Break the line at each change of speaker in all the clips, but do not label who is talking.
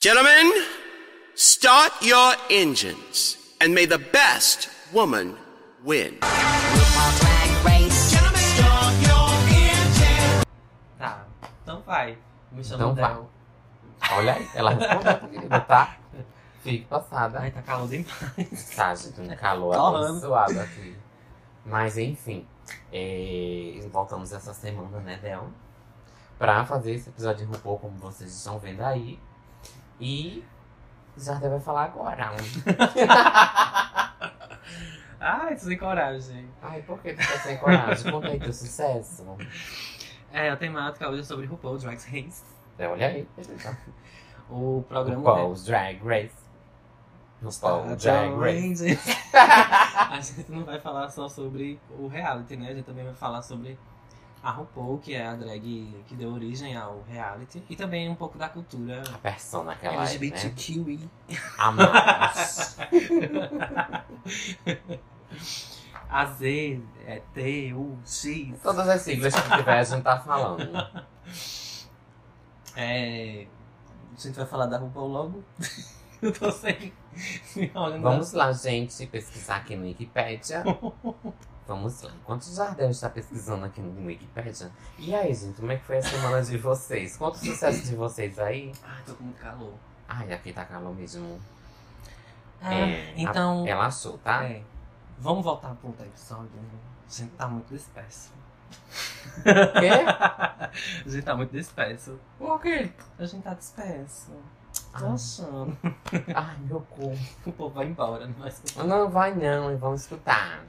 Gentlemen, start your engines and may the best woman win.
Tá, então vai. Missão
Então
Del.
vai. Olha aí, ela respondeu, querida, tá? Fique passada.
Ai, tá calor demais.
Tá, gente, um calor
Torrando.
abençoado aqui. Mas enfim, é, voltamos essa semana, né, Del? Pra fazer esse episódio de RuPaul, como vocês estão vendo aí. E Jardel vai falar agora.
Ai, tô sem coragem.
Ai, por que tu tá sem coragem? Conta aí teu sucesso.
É, a temática hoje é sobre RuPaul Drag Race.
É, olha aí.
O programa... né?
RuPaul's Drag Race.
Ah,
RuPaul's Drag
tchau,
Race.
hein, gente. A gente não vai falar só sobre o reality, né? A gente também vai falar sobre a RuPaul, que é a drag que deu origem ao reality. E também um pouco da cultura
A persona que ela é, né?
LGBTQI.
A mais.
A Z, é T, U, X.
Todas as siglas que tiver, a gente tá falando.
É... A gente vai falar da RuPaul logo? Eu tô sem... sem organizar.
Vamos lá, gente, pesquisar aqui no Wikipédia. Vamos lá. Enquanto o Jardel está pesquisando aqui no Wikipédia. E aí, gente, como é que foi a semana de vocês? Quanto sucesso de vocês aí?
Ai, tô com muito calor.
Ai, aqui tá calor mesmo.
Ah,
É, a-
então...
Ela achou, tá?
é, vamos voltar pro outro episódio, né? A gente tá muito disperso.
Quê?
A gente tá muito disperso.
Por quê?
A gente tá disperso. Tô
Ah.
achando.
Ai, meu cu.
O povo vai embora, né? não vai escutar.
Não, vai não, e vamos escutar.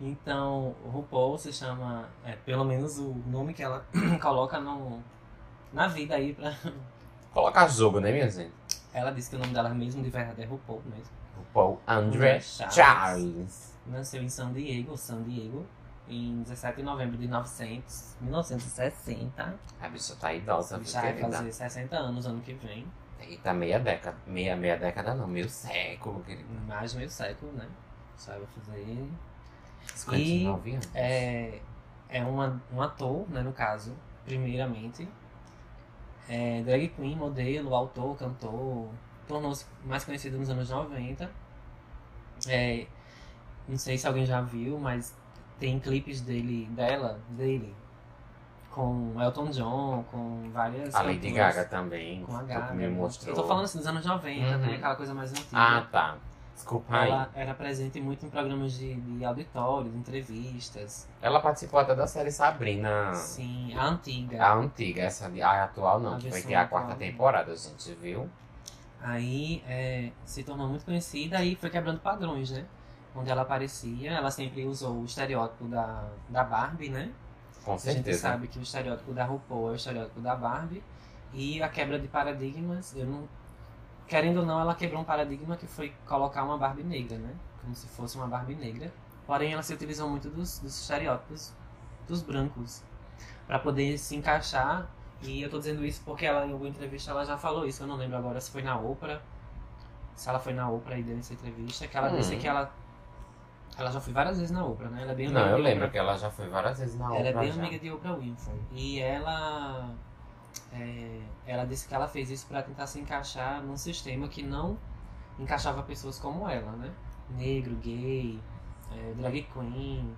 Então, o RuPaul se chama, é, pelo menos o nome que ela coloca no, na vida aí pra.
Colocar jogo, né, minha gente?
Ela disse que o nome dela mesmo de verdade é RuPaul mesmo.
O Paul André
André Charles.
Charles.
Nasceu em San Diego, San Diego, em 17 de novembro de 900, 1960.
A bicha tá idosa, viu,
Já vai
querida?
fazer 60 anos ano que vem,
Eita, Tá meia década. Meia, meia década não, meio século, querido.
mais de meio século, né? Só vai fazer
59 anos.
é, é uma, um ator, né, no caso, primeiramente. É drag queen, modelo, autor, cantor. Tornou-se mais conhecido nos anos 90. É, não sei se alguém já viu, mas tem clipes dele, dela, dele, com Elton John, com várias.
A Lady
cantoras,
Gaga também.
Com a
tu
Gaga. né?
me mostrou.
Eu tô falando assim dos anos 90, né?
Uhum.
Aquela coisa mais antiga.
Ah, tá. Desculpa aí. Ela...
Ela era presente muito em programas de, de auditório, de entrevistas.
participou até da série Sabrina.
Sim, a antiga.
A antiga, essa de- a atual não,
A
que vai
versão
ter a quarta
atual.
temporada, gente, viu?
Aí é, se tornou muito conhecida e foi quebrando padrões, né? Onde ela aparecia, ela sempre usou o estereótipo da, da Barbie, né?
Com
A gente
certeza.
sabe que o estereótipo da RuPaul é o estereótipo da Barbie. E a quebra de paradigmas, eu não. Querendo ou não, ela quebrou um paradigma que foi colocar uma Barbie negra, né? Como se fosse uma Barbie negra. Porém, ela se utilizou muito dos, dos estereótipos dos brancos para poder se encaixar. E eu tô dizendo isso porque ela, em alguma entrevista ela já falou isso. Eu não lembro agora se foi na Oprah. Se ela foi na Oprah e deu essa entrevista, que ela
Hum.
disse que ela. Ela já foi várias vezes na Oprah, né? Ela é bem
Não,
amiga
eu
de
lembro
Oprah.
que ela já foi várias vezes na
Ela é
Oprah
bem
já.
amiga de Oprah Winfrey. E ela. é, ela disse que ela fez isso para tentar se encaixar num sistema que não encaixava pessoas como ela, né? Negro, gay, é, drag queen,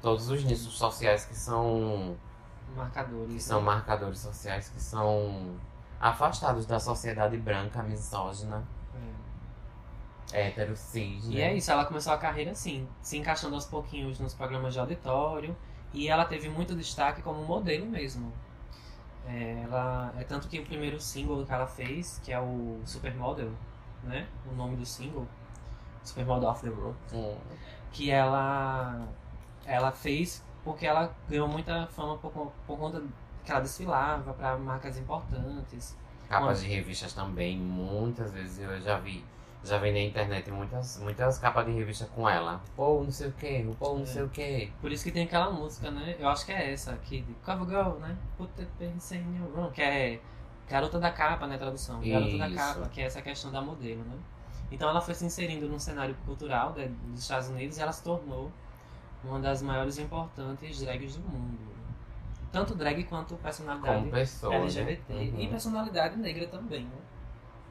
Todos os nichos sociais que são,
marcadores.
que são
né?
marcadores sociais, que são afastados da sociedade branca, misógina,
É.
hétero, cis,
E
né?
é isso, ela começou a carreira assim, se encaixando aos pouquinhos nos programas de auditório. E ela teve muito destaque como modelo mesmo. É, Ela, é tanto que o primeiro single que ela fez, que é o Supermodel, né? O nome do single. Supermodel Off the Road.
Hum.
que ela ela fez porque ela ganhou muita fama por, con- por conta que ela desfilava para marcas importantes.
Capas de revistas também, muitas vezes eu já vi. Já vi na internet muitas, muitas capas de revista com ela. Pô, não sei o que, pô, não
É.
sei o que.
Por isso que tem aquela música, né? Eu acho que é essa aqui, de Cover Girl, né? Put the pants in your room, que é Garota da Capa, né? Tradução. Garota da
Isso.
Capa, que é essa questão da modelo, né? Então ela foi se inserindo no cenário cultural de- dos Estados Unidos e ela se tornou uma das maiores e importantes drags do mundo. Tanto drag quanto personalidade
Como pessoa.
LGBT
né? Uhum.
e personalidade negra também, né?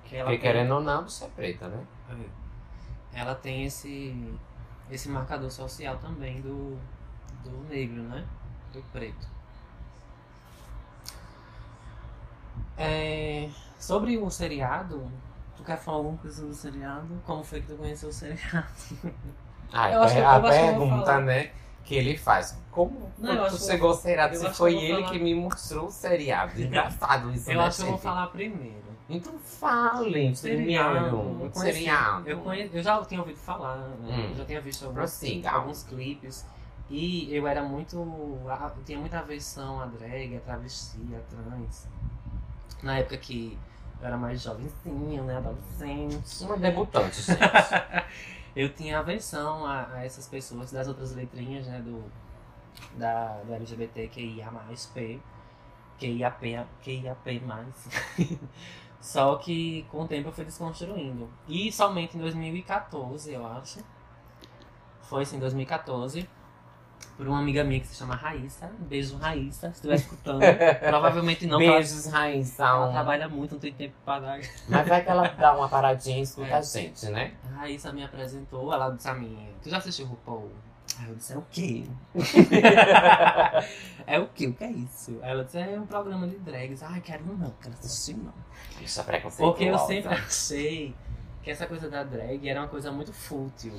Que ela
Porque
tem-
querendo ou não, você é preta, né?
É. ela tem esse esse marcador social também do, do negro, né? Do preto. É, sobre o seriado, tu quer falar alguma coisa sobre o seriado? Como foi que tu conheceu o seriado?
Ah,
Eu acho que-
a
eu acho que eu vou
pergunta,
falar.
né, que ele faz. Como
Não, eu acho
tu
que eu
chegou ao seriado?
eu
Se
acho que
foi
eu vou
ele
falar.
que me mostrou o seriado. Engraçado isso,
Eu
né,
acho que eu vou
gente?
falar primeiro.
Então falem,
Eu
seriado. um
conheci-
Seriado.
Eu, conhe... eu já tinha ouvido falar, né?
Hum.
eu já tinha visto alguns,
Prossiga.
alguns clipes. E eu era muito. a- Eu tinha muita aversão a drag, a travesti, a trans. Na época que eu era mais jovenzinha, né? Adolescente.
Uma debutante, gente.
eu tinha aversão a, a essas pessoas das outras letrinhas, né? Do, da, do LGBTQIA, P, QIAP, QIAP. Só que com o tempo eu fui desconstruindo. E somente em 2014, eu acho. Foi assim, em 2014. Por uma amiga minha que se chama Raíssa. Um Beijo, Raíssa, se estiver escutando. Provavelmente não, porque ela-
Beijos, um
ela, tá
Raizão.
trabalha muito, não tem tempo para dar.
Mas vai que ela dá uma paradinha e escuta
É.
a gente, né?
A Raíssa me apresentou, ela disse a mim, tu já assistiu RuPaul? Aí eu disse, é o quê? é o quê? O que é isso? Aí ela disse, é um programa de drags. Ah, quero não, quero assistir não.
Isso é preconceituosa.
Porque eu sempre achei que essa coisa da drag era uma coisa muito fútil.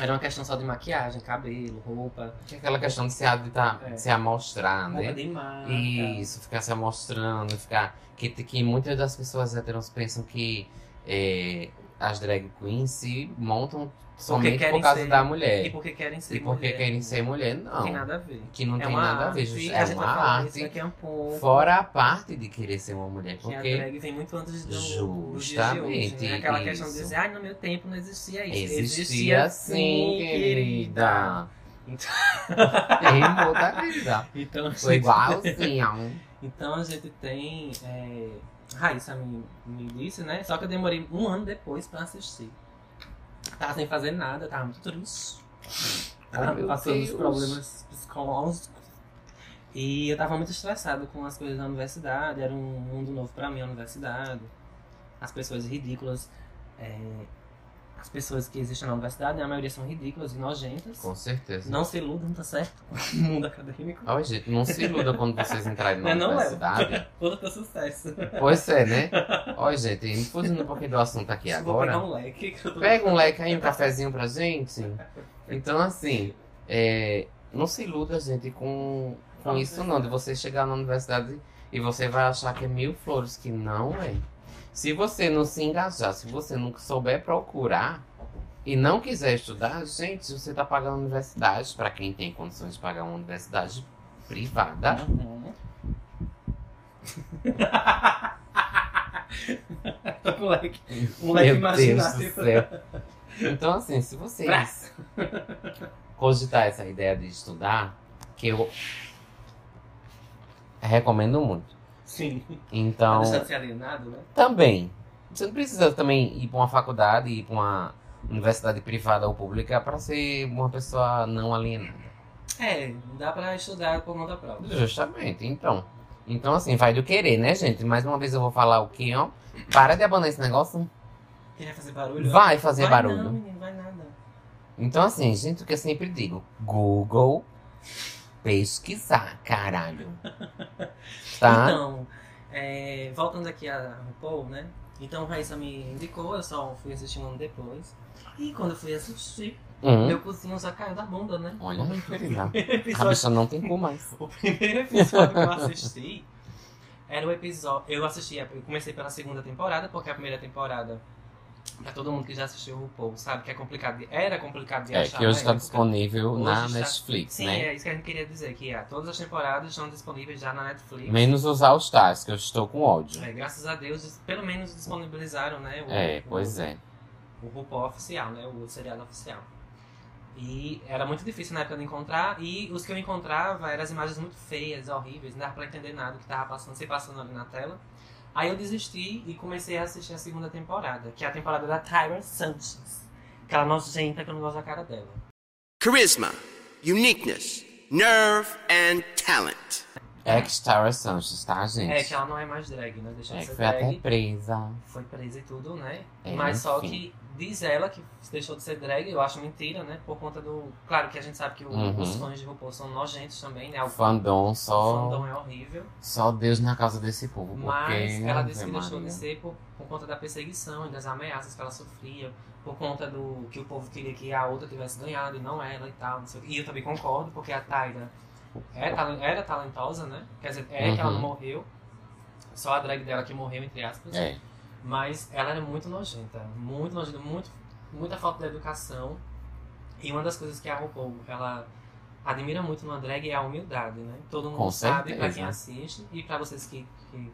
Era uma questão só de maquiagem, cabelo, roupa,
Que é Aquela questão de se, habitar,
É.
se amostrar,
roupa
né?
de marca.
Isso, ficar se amostrando, ficar. Que, que muitas das pessoas héteros pensam que é, as drag queens se montam somente
querem
por causa
ser-
da
E
mulher.
é. porque querem ser
E porque
mulher.
querem ser mulher,
Não tem
não.
nada a ver.
Que não
é
tem
uma
nada a ver,
arte,
gente.
a
É
gente
uma
vai falar isso
arte.
daqui a um pouco.
Fora a parte de querer ser uma mulher.
Que a
Porque.
drag vem muito antes do, do dia de hoje,
Justamente,
né? Aquela questão de
isso.
dizer, ai, no meu tempo não existia isso.
Existia sim, querida.
Então-
Emo da vida.
Então, a
Foi
gente-
igualzinho.
Então a gente tem. É... Raíssa me, me disse, né? Só que eu demorei um ano depois pra assistir. Tava sem fazer nada, tava muito triste.
Ah,
Tava
meu
passando os
Deus.
problemas psicológicos. E eu tava muito estressado com as coisas da universidade, era um mundo novo pra mim a universidade. As pessoas ridículas. é, As pessoas que existem na universidade, né, a maioria são ridículas e nojentas.
Com certeza. Ah.
Não se iludam, tá certo? Com o mundo acadêmico.
Ó, gente, não se iluda quando vocês entrarem na
Não, não, é.
universidade.
Todo teu sucesso.
Pois é, né? Ó, gente, fugindo um pouquinho do assunto aqui
Acho que Vou pegar
agora.
um leque. que eu tô-
Pega um leque aí, um cafezinho pra gente. Então, assim, é, não se iluda, gente, com, com isso não. De você chegar na universidade e você vai achar que é mil flores, que não é. Se você não se engajar, se você não souber procurar e não quiser estudar, gente, você tá pagando universidade, pra quem tem condições de pagar uma universidade privada.
Uhum. Tô com leque. Um leque
Meu Deus
imaginário.
do céu. Então, assim, se vocês
Braço.
cogitar essa ideia de estudar, que eu recomendo muito.
Sim. Tá
Então,
deixando de ser alienado, né?
também. Você não precisa também ir para uma faculdade, ir para uma universidade privada ou pública para ser uma pessoa não alienada.
É, dá pra estudar por conta própria.
Justamente, então. Então, assim, vai do querer, né, gente? Mais uma vez eu vou falar o que, ó. Para de abandonar esse negócio.
Quer fazer barulho?
Vai fazer barulho.
Não, menino, vai nada.
Então, assim, gente, o que eu sempre digo: Google pesquisar, caralho. Tá?
Então, é, voltando aqui a RuPaul, né? Então, Raíssa me indicou, eu só fui assistir um ano depois. E quando eu fui assistir,
Hum.
meu cozinho já caiu da bunda, né?
Olha,
O
querida.
primeiro
A
episódio
bicha não tem cu mais.
O primeiro episódio que eu assisti era o episódio. Eu assisti, eu comecei pela segunda temporada, porque a primeira temporada, pra todo mundo que já assistiu o RuPaul, sabe que é complicado. de- era complicado de
É,
achar.
que hoje
na
está
época.
disponível
Hoje
na
está-
Netflix,
Sim,
né?
é isso que a gente queria dizer, que ah, todas as temporadas estão disponíveis já na Netflix.
Menos os All Stars, que eu estou com ódio.
É, graças a Deus, eles pelo menos disponibilizaram, né? o-
É,
o-
pois é.
o RuPaul oficial, né? O seriado oficial. E era muito difícil na época de encontrar, e os que eu encontrava eram as imagens muito feias, horríveis, não dava pra entender nada o que tava passando, se passando ali na tela. Aí eu desisti e comecei a assistir a segunda temporada, que é a temporada da Tyra Sanchez. Aquela nojenta que eu não gosto da cara dela.
Charisma, uniqueness, nerve, and talent.
Ex-Tara Sanches, tá, gente?
É, que ela não é mais drag, né? Deixou
É,
de
que
ser
foi até
drag.
presa.
Foi presa e tudo, né?
É,
Mas só
enfim.
que diz ela que deixou de ser drag, eu acho mentira, né? Por conta do. Claro que a gente sabe que o-
Uhum.
os fãs de RuPaul são nojentos também, né? O
O fandom só.
fandom é horrível.
Só Deus na causa desse povo.
Mas
porque,
ela disse que
Ave
deixou de
né, Maria.
ser por, por conta da perseguição e das ameaças que ela sofria, por conta do que o povo queria que a outra tivesse ganhado e não ela e tal. Não sei o quê. E eu também concordo, porque a Taira é talen- era talentosa, né? Quer dizer, é que ela não
Uhum.
morreu, só a drag dela que morreu, entre aspas.
É.
Mas ela era muito nojenta, muito nojenta, muito, muita falta de educação. E uma das coisas que a RuPaul, ela admira muito numa drag é a humildade, né? Todo mundo
Com
sabe, pra
certeza.
quem assiste, e pra vocês que, que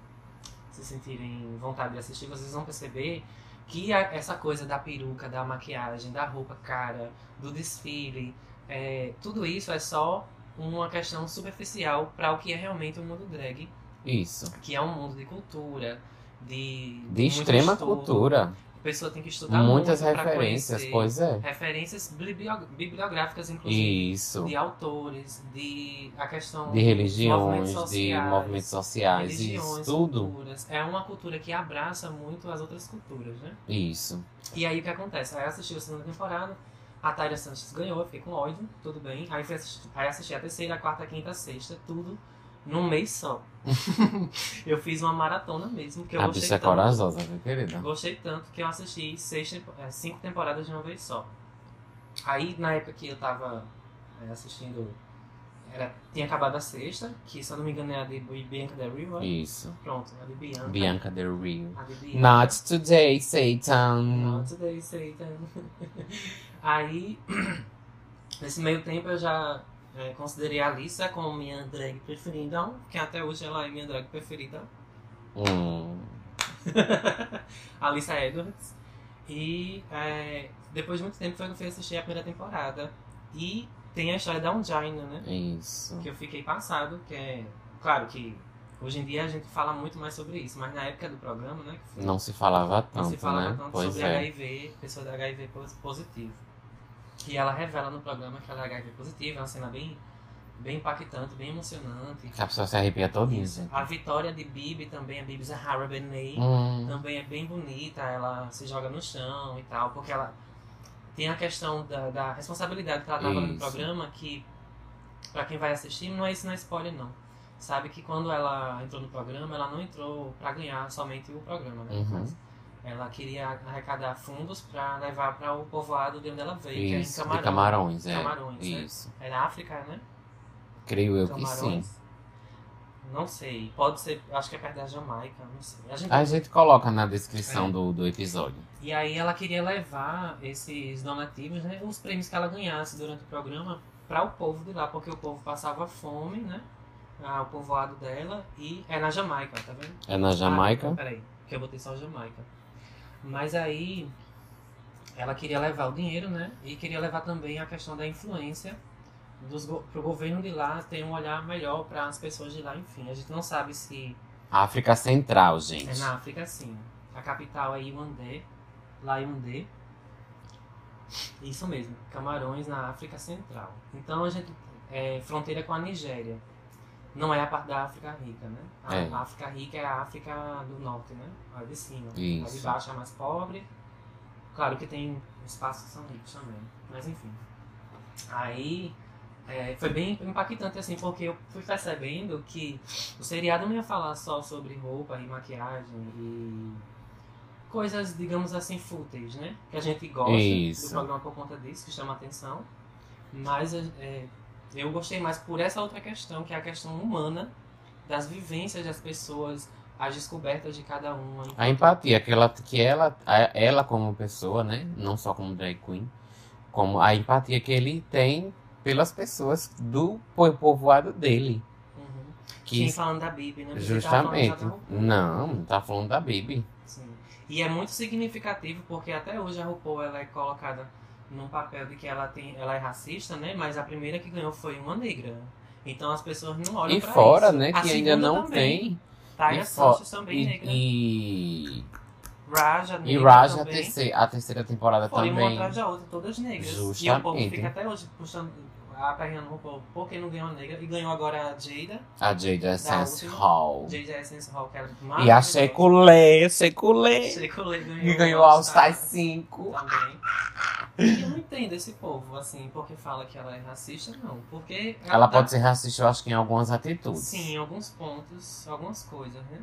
se sentirem vontade de assistir, vocês vão perceber que a- essa coisa da peruca, da maquiagem, da roupa cara, do desfile, é, tudo isso é só uma questão superficial pra o que é realmente o mundo drag,
Isso.
que é um mundo de cultura, de muito
De extrema
estudo.
cultura.
A pessoa tem que estudar
Muitas
muito pra
referências,
conhecer.
pois é.
Referências biblio- bibliográficas, inclusive,
Isso.
de autores, de a questão
De religiões,
movimentos
de
sociais,
movimentos sociais, isso
religiões,
tudo.
culturas. É uma cultura que abraça muito as outras culturas, né?
Isso.
E aí o que acontece? Aí eu assisti a segunda temporada, a Tyra Sanches ganhou, eu fiquei com ódio, tudo bem. Aí, fui assistir, aí assisti a terceira, a quarta, a quinta, a sexta, tudo num mês só. eu fiz uma maratona mesmo, porque eu
A
gostei
bicha é
tanto.
corajosa, viu, querida?
Gostei tanto que eu assisti seis, tempo- eh, cinco temporadas de uma vez só. Aí, na época que eu tava eh, assistindo, era, tinha acabado a sexta, que se eu não me engano é a de Bianca Del Rio. né?
Isso.
Pronto, a de Bianca.
Bianca Del Rio.
A de Bianca.
Not today, Satan.
Not today, Satan. tá. Aí, nesse meio tempo eu já eh, considerei a Alissa como minha drag preferida, que até hoje ela é minha drag preferida.
Hum.
Alissa Edwards. E é, depois de muito tempo foi que eu fui assistir a primeira temporada. E tem a história da Ongina, né?
Isso.
Que eu fiquei passado, que é. Claro que hoje em dia a gente fala muito mais sobre isso, mas na época do programa, né? que foi-
Não se falava tanto,
não se falava
né?
tanto
pois
sobre
é.
HIV, pessoa de HIV pos- positivo. Que ela revela no programa que ela é HIV positiva, é uma cena bem, bem impactante, bem emocionante.
Que a pessoa se arrepia todinha, gente.
A vitória de Bibi também, a Bibi Zahara Benet
Hum.
também é bem bonita, ela se joga no chão e tal, porque ela tem a questão da, da responsabilidade que ela tava no
Isso.
programa, que pra quem vai assistir, não é isso não é spoiler não. Sabe que quando ela entrou no programa, ela não entrou pra ganhar somente o programa, né? no
Uhum.
caso. Ela queria arrecadar fundos pra levar pra o povoado de onde ela veio,
Isso,
que é em
de
Camarão.
camarões, é.
Camarões, né?
Isso.
Era África, né?
Creio eu que sim.
Camarões. Não sei, pode ser, acho que é perto da Jamaica, não sei. A gente
A gente coloca na
É.
descrição do, do episódio.
E aí ela queria levar esses donativos, né, os prêmios que ela ganhasse durante o programa para o povo de lá, porque o povo passava fome, né? ah, O povoado dela e é na Jamaica, tá vendo?
É na
Ah,
Jamaica?
então, peraí, que eu botei só Jamaica. Mas aí ela queria levar o dinheiro, né? E queria levar também a questão da influência dos go pro governo de lá ter um olhar melhor para as pessoas de lá, enfim. A gente não sabe se
África Central, gente.
é na África, sim. A capital é Iwandé, lá Iwandé. Isso mesmo, Camarões na África Central. Então a gente é fronteira com a Nigéria. Não é a parte da África rica, né? A
É.
África rica é a África do Norte, né? A de cima. A de
Isso.
baixo é a mais pobre. Claro que tem espaços que são ricos também. Mas enfim. Aí é, foi bem impactante, assim, porque eu fui percebendo que o seriado não ia falar só sobre roupa e maquiagem e coisas, digamos assim, fúteis, né? Que a gente gosta
Isso.
do programa por conta disso, que chama atenção. Mas é, eu gostei mais por essa outra questão, que é a questão humana, das vivências das pessoas, as descobertas de cada uma.
A empatia que ela, que ela, a- ela como pessoa, né? Não só como drag queen, como a empatia que ele tem pelas pessoas do po- povoado dele.
Uhum.
Que
Sim, falando da Bibi, né? Porque tava falando já
justamente.
da roupa.
Não, tá falando da Baby.
Sim. E é muito significativo porque até hoje a RuPaul ela é colocada num papel de que ela tem, ela é racista, né? Mas a primeira que ganhou foi uma negra. Então as pessoas não olham
E
pra
fora,
isso.
né?
A
Que ainda
segunda
não
também.
tem.
Taya
E fo-
Sanches também
E,
negra.
e,
Raja
e
negra
Raja, a
também.
terceira, a terceira temporada
Foi uma
também.
atrás da outra, todas negras. E o povo
Justamente.
fica até hoje puxando, aperreando o RuPaul porque não ganhou a negra e ganhou agora a Jada.
A Jada Essence
última.
Hall.
Jada é Essence Hall, que era
E a Shekulé, Shekulé.
Shekulé ganhou.
E ganhou All
Star Ah,
Stars 5.
Também. E eu não entendo esse povo, assim, porque fala que ela é racista, não. Porque
Ela
tá-
pode ser racista, eu acho que em algumas atitudes.
Sim, em alguns pontos, algumas coisas, né?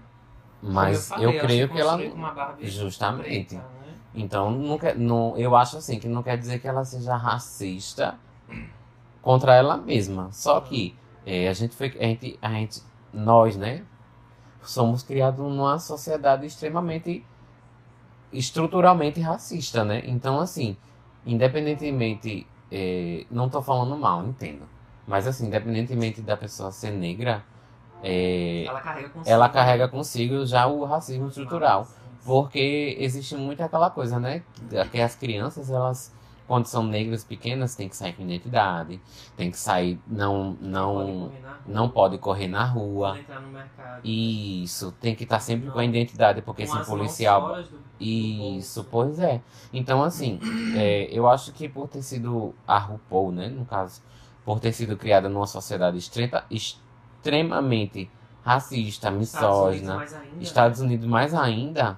Mas
Como
eu,
falei,
creio
acho
que ela.
construir com uma Barbie
Justamente.
preta, né?
Então, não quer, não, eu acho assim que não quer dizer que ela seja racista contra ela mesma. Só que eh, a gente foi. A gente, a gente- nós, né? Somos criados numa sociedade extremamente estruturalmente racista, né? Então, assim, independentemente. eh, não tô falando mal, entendo. Mas assim, independentemente da pessoa ser negra, eh,
Ela carrega consigo.
ela carrega consigo já o racismo
Mas-
estrutural. Porque existe muito aquela coisa, né? Que as crianças, elas, quando são negras pequenas, têm que sair com identidade, tem que sair, não,
Pode
não,
correr na rua,
não pode correr na rua.
pode entrar no mercado.
Isso, tem que estar sempre com a
Não.
identidade, porque
Com
se o
as mãos
policial.
fora do- do
Isso,
bolso.
pois é. Então, assim, é, eu acho que por ter sido a RuPaul, né, no caso, por ter sido criada numa sociedade estreita- extremamente racista,
Estados Unidos
misógina,
mais ainda,
Estados Unidos mais ainda,
né?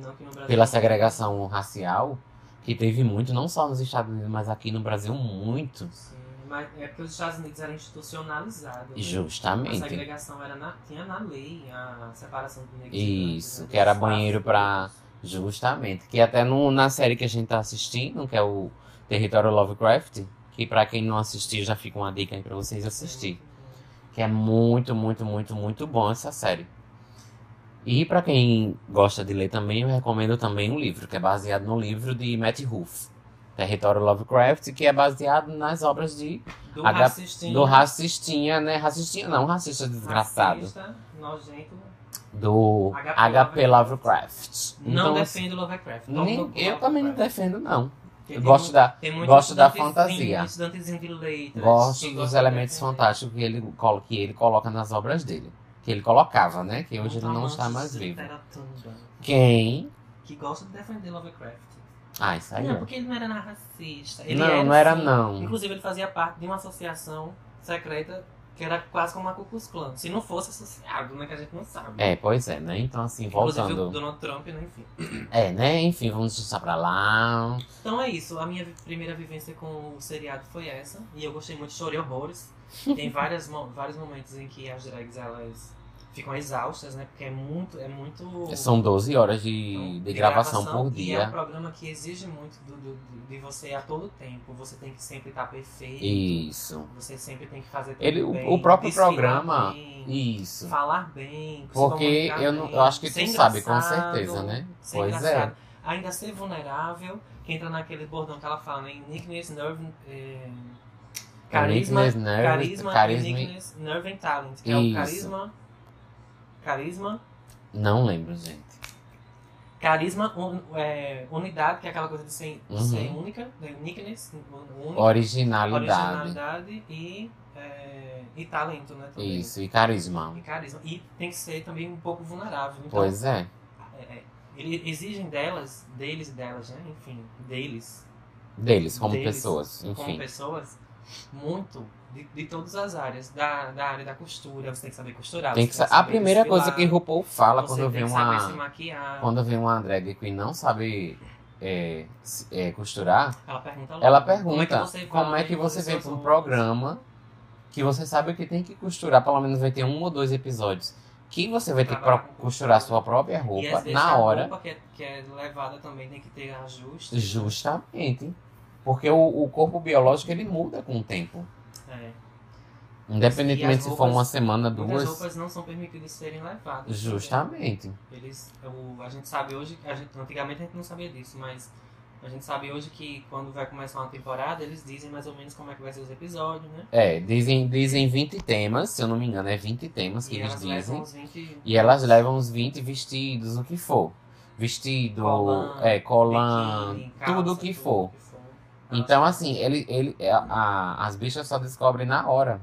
Não que no Brasil
pela
não.
segregação racial, que teve muito, não só nos Estados Unidos, mas aqui no Brasil, muito.
Sim, mas é porque os Estados Unidos eram institucionalizados. né? A
Justamente.
segregação era na, tinha na lei a separação do negro. e
Isso,
branco, né?
que era
Espaço.
banheiro pra. Justamente. Que até no, na série que a gente tá assistindo, que é o Território Lovecraft, que pra quem não assistiu, já fica uma dica aí pra vocês assistir. Que é muito, muito, muito, muito bom essa série. E pra quem gosta de ler também, eu recomendo também um livro, que é baseado no livro de Matt Ruff, Território Lovecraft, que é baseado nas obras de
Do
H-
racistinha,
do racistinha, né? Racistinha não, racista desgraçado.
racista, nojento,
Do
HP
HP Lovecraft.
Não
Então,
defendo Lovecraft.
assim, nem- eu também não defendo, não.
defendo.
Eu gosto da,
Tem muito
gosto da
estudantezinho,
fantasia.
estudantezinho de letras, que
gosto dos
gosta de
elementos
defender.
fantásticos que ele, colo- que ele coloca nas obras dele. Que ele colocava, né? Que hoje ele
tá
não está
Amantes
mais
de
vivo.
literatura,
Quem?
Que gosta de defender Lovecraft.
Ah, isso aí.
não,
ó.
porque ele não era racista. Ele assim,
Não, não era
sim.
não.
Inclusive, ele fazia parte de uma associação secreta que era quase como a Ku Klux Klan. Se não fosse associado, né? Que a gente não sabe.
É, pois é, né? Então, assim,
Inclusive, o
voltando.
Donald Trump, né? Enfim.
É, né? Enfim, vamos deixar pra lá.
Então é isso, a minha vi- primeira vivência com o seriado foi essa, e eu gostei muito, chorei horrores. Tem várias, mo- vários momentos em que as drags elas ficam exaustas, né? Porque é muito. É muito
São 12 horas de,
então,
de gravação
E
por
é um
dia.
programa que exige muito do, do- do- de você a todo tempo. Você tem que sempre estar perfeito.
Isso.
Você sempre tem que fazer tudo
Ele- o-
bem,
o próprio
desfilar
programa-
bem,
Isso.
falar bem, se
Porque
comunicar
eu, não,
bem,
eu acho que
ser
tu sabe, com
é engraçado,
certeza, né?
ser
Pois é.
engraçado. Ainda ser vulnerável, que entra naquele bordão que ela fala, né? Nickness, nerve. eh, carisma,
Uniqueness, nerve,
carisma,
carisma-
uniqueness, nerve and talent. Que é o
Isso.
carisma. Carisma.
Não lembro, gente.
Carisma, un- é, unidade, que é aquela coisa de ser, de ser
Uhum.
única, né? uniqueness, um, única,
Originalidade.
originalidade e, é, e talento, né? Também.
Isso, e carisma.
E carisma. E tem que ser também um pouco vulnerável. Então,
Pois é.
é, é, ele- exigem delas, deles e delas, né? Enfim, deles,
Deles, como
Deles,
pessoas,
como
enfim.
pessoas, muito de, de todas as áreas. Da, da área da costura, você tem que saber costurar.
Tem
você
que sa- a
saber
primeira
desfilar,
coisa que RuPaul fala
você
quando vê
tem que saber se
uma.
maquiar.
Quando vê uma drag queen não sabe é, se- é, costurar,
Ela pergunta logo,
ela
Como é que
pergunta
você,
como é que você vem pra um programa que você sabe que tem que costurar, pelo menos vai ter um ou dois episódios, que você vai ter que pro-
Trabalhar com
costurar
costura.
sua
E
própria
às
roupa
vezes
na
a
hora.
roupa que é, que é levada também tem que ter ajuste.
Justamente. Porque o, o corpo biológico ele muda com o tempo.
É. E
Independentemente
as
se for
roupas-
uma semana,
Muitas
duas.
roupas não são permitidas serem levadas. né?
Justamente.
Eles, o- a gente sabe hoje, a gente- antigamente a gente não sabia disso, mas a gente sabe hoje que quando vai começar uma temporada, eles dizem mais ou menos como é que vai ser os episódios, né?
É, dizem, dizem 20 temas, se eu não me engano, é 20 temas que
e
eles
elas levam
dizem.
uns 20.
E elas levam uns 20 vestidos, o que for. Vestido,
Colã,
é, colã,
biquíni, calça,
tudo o que for.
tudo que for. Elas-
Então, assim, ele, ele, a- a- as bichas só descobrem na hora.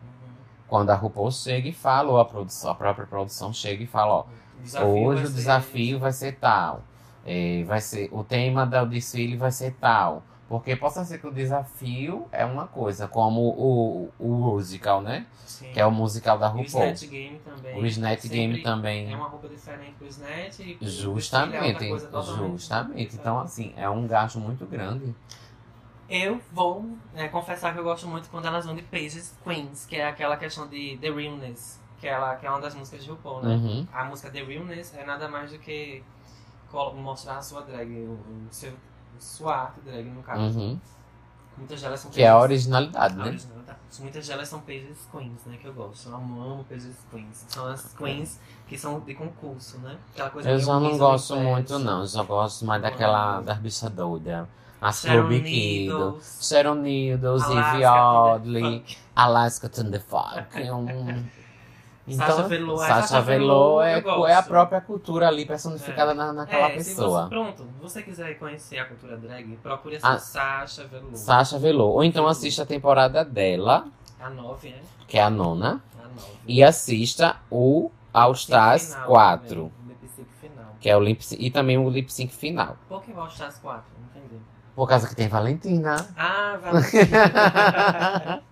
Uhum.
Quando a RuPaul chega e fala, ou a, produção, a própria produção chega e fala, ó,
O Uhum. desafio
Hoje
vai
o
ser-
desafio vai ser tal. É, vai ser, o tema do desfile vai ser tal. Porque possa ser que o desafio é uma coisa, como o, o musical, né?
Sim.
Que é o musical da
E o
RuPaul.
Snatch Game também.
O Snatch Game
Sempre
também.
É uma roupa diferente pro Snatch. e pro
Justamente,
desfile é outra coisa totalmente
justamente.
diferente.
Então, assim, é um gasto muito grande.
Eu vou né, confessar que eu gosto muito quando elas vão de Pages Queens, que é aquela questão de The Realness, que, ela, que é uma das músicas de RuPaul, né?
Uhum.
A música The Realness é nada mais do que colo- mostrar a sua drag, o, o seu, sua arte drag, no caso.
Uhum.
Muitas delas são
Que é a
pages-
originalidade,
a
né?
originalidade. Muitas delas tá. são Pages Queens, né? Que eu gosto. Eu amo, amo Pages Queens. São as Queens que são de concurso, né? Aquela coisa
É. Eu
meio
já não
Miss
gosto
Universo.
muito, não. Eu só gosto mais
Não.
daquela das bichas doidas. As
Sharon
Ruby Kido,
Needles,
Sharon Needles, Ivy
Alaska, Thunder
Oddly,
Funk.
Alaska Thunderfuck. Hum.
Sasha Velour, é
Então, Sasha
Sasha
Velour
Velour,
é,
eu gosto.
é a própria cultura ali personificada na, naquela
É, se
pessoa.
Você, pronto, você quiser conhecer a cultura drag, procure
Ah.
essa Sasha Velour.
Sasha Velour. Ou então
Velour.
assista a temporada dela,
a 9, né?
que é a nona,
A 9.
e assista o All Stars 4,
O lip sync final.
que é o lip sync- e também o lip sync final.
Por que All Stars 4? Não entendi.
Por causa que tem Valentina.
Ah, Valentina.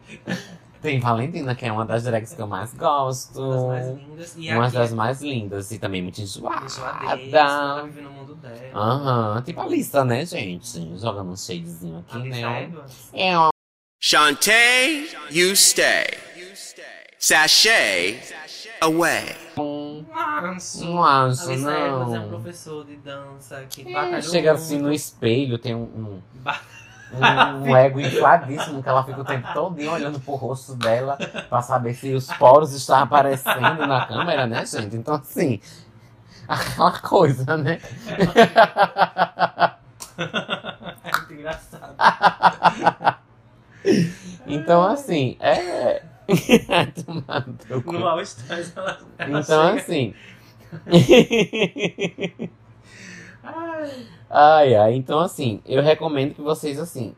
Tem Valentina, que é uma das drags que eu mais gosto.
Uma das mais lindas. E
uma
aqui
das mais lindas e também muito enjoada.
Enjoadeira, tá
um
vivendo o mundo dela.
Aham, tipo a lista, né, gente? Jogando um shadezinho aqui,
a Lisa
né?
Edwards.
É uma
Shantae, you stay. Sashay, away.
Nossa.
não acho,
A Lisa Edwards é um
não.
professor de dança que
É,
batalhou
chega assim
muito.
no espelho, tem um, um,
Ba-
um ego infladíssimo que ela fica o tempo todo olhando pro rosto dela pra saber se os poros estão aparecendo na câmera, né, gente? Então, assim, aquela coisa, né?
É muito engraçado.
Então, assim, é. Tomar no teu cu.
No All Stars ela, ela
Então,
chega-
assim.
Ai,
ai, ai. Então, assim, eu recomendo que vocês, assim,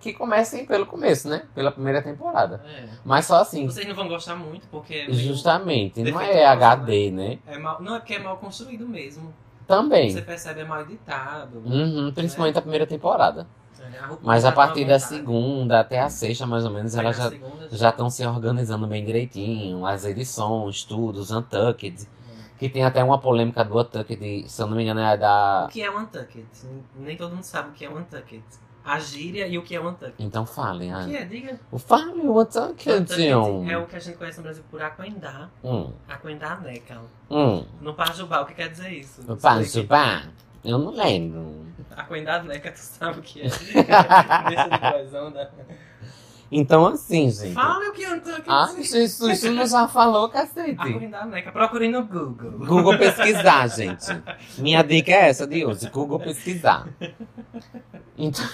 que comecem pelo começo, né? Pela primeira temporada.
é.
Mas só assim,
Vocês não vão gostar muito, porque é, meio-
justamente, não é
defeituoso,
HD, né?
é mal. Não, é porque é mal construído mesmo. Você
Também.
percebe, é mal editado.
Uhum, principalmente a primeira temporada.
É, a roupa
Mas a
tá
partir da
aumentada.
segunda até a sexta, mais ou menos,
Aí
elas
na
já
segunda
já estão se organizando bem direitinho, as edições, tudo, os Untucked. Que tem até uma polêmica do Untucked, se eu não me engano, é
O
da.
que é um Untucked? Nem todo mundo sabe o que é um Untucked. A gíria e o que é um Untucked.
Então falem,
O
ah.
que é? Diga.
O Fábio, o Untucked. um
Untucked é o que a gente conhece no Brasil por Aquendá.
Hum,
Aquendá Neca.
hum.
No Pajubá, o que quer dizer isso?
O Pajubá, eu não lembro.
Aquendá Neca, tu sabe o que é. Deixa de coisão da...
Então, assim, gente.
Fala o que Ah, é Untucked.
Ai, Jesus, tu não já falou, cacete.
Aquendá Neca. Procure no Google.
Google pesquisar, gente. Minha dica é essa de hoje, Google pesquisar. Então,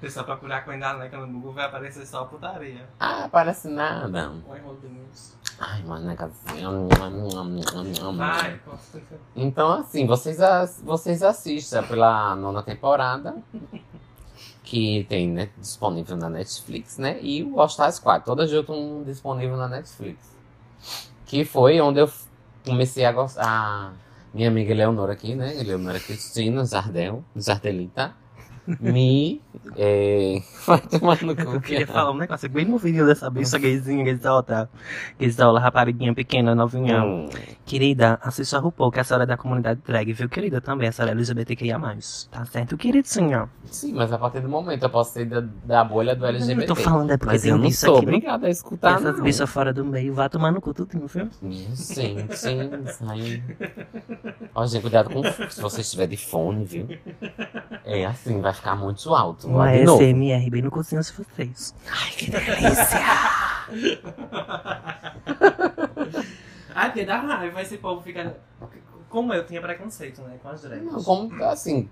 Se só procurar Aquendá Neca no Google, vai aparecer só putaria.
ah, parece nada.
Oi, Rodrigues.
Ai, mano, é
Vai.
cacete. Então, assim, vocês, as- vocês assistam pela nona temporada, que tem né, disponível na Netflix, né? E o All Stars 4, todas juntas um disponível na Netflix. Que foi onde eu f- comecei a gostar. Minha amiga Eleonora aqui, né? Eleonora Cristina Jardel, Jardelita, me. eh, Vai tomar no cu.
Eu queria falar um negócio bem no vídeo dessa bicha gayzinha, gaysota. Gaysola, rapariguinha pequena, novinha.
Hum.
Querida, assista a RuPaul, que a senhora é da comunidade drag, viu, querida? Também, a senhora é LGBTQIA+. Tá certo, queridinha?
Sim, mas a partir do momento eu posso ser da, da bolha do LGBT.
Eu tô falando é porque
Mas
tem
eu não
bicho
sou
aqui, né?
obrigada a escutar,
Essas
não.
bichas fora do meio, vá tomar no cu um tudinho, viu?
Sim, sim, sim. Ó, gente, cuidado com se você estiver de fone, viu? É assim, vai ficar muito alto. Ó,
Uma
de novo.
SMR bem no cozinho de vocês. Ai, que delícia! Ai, porque dá raiva esse povo fica... Como eu tinha preconceito, né, com as drags.
Não, como assim,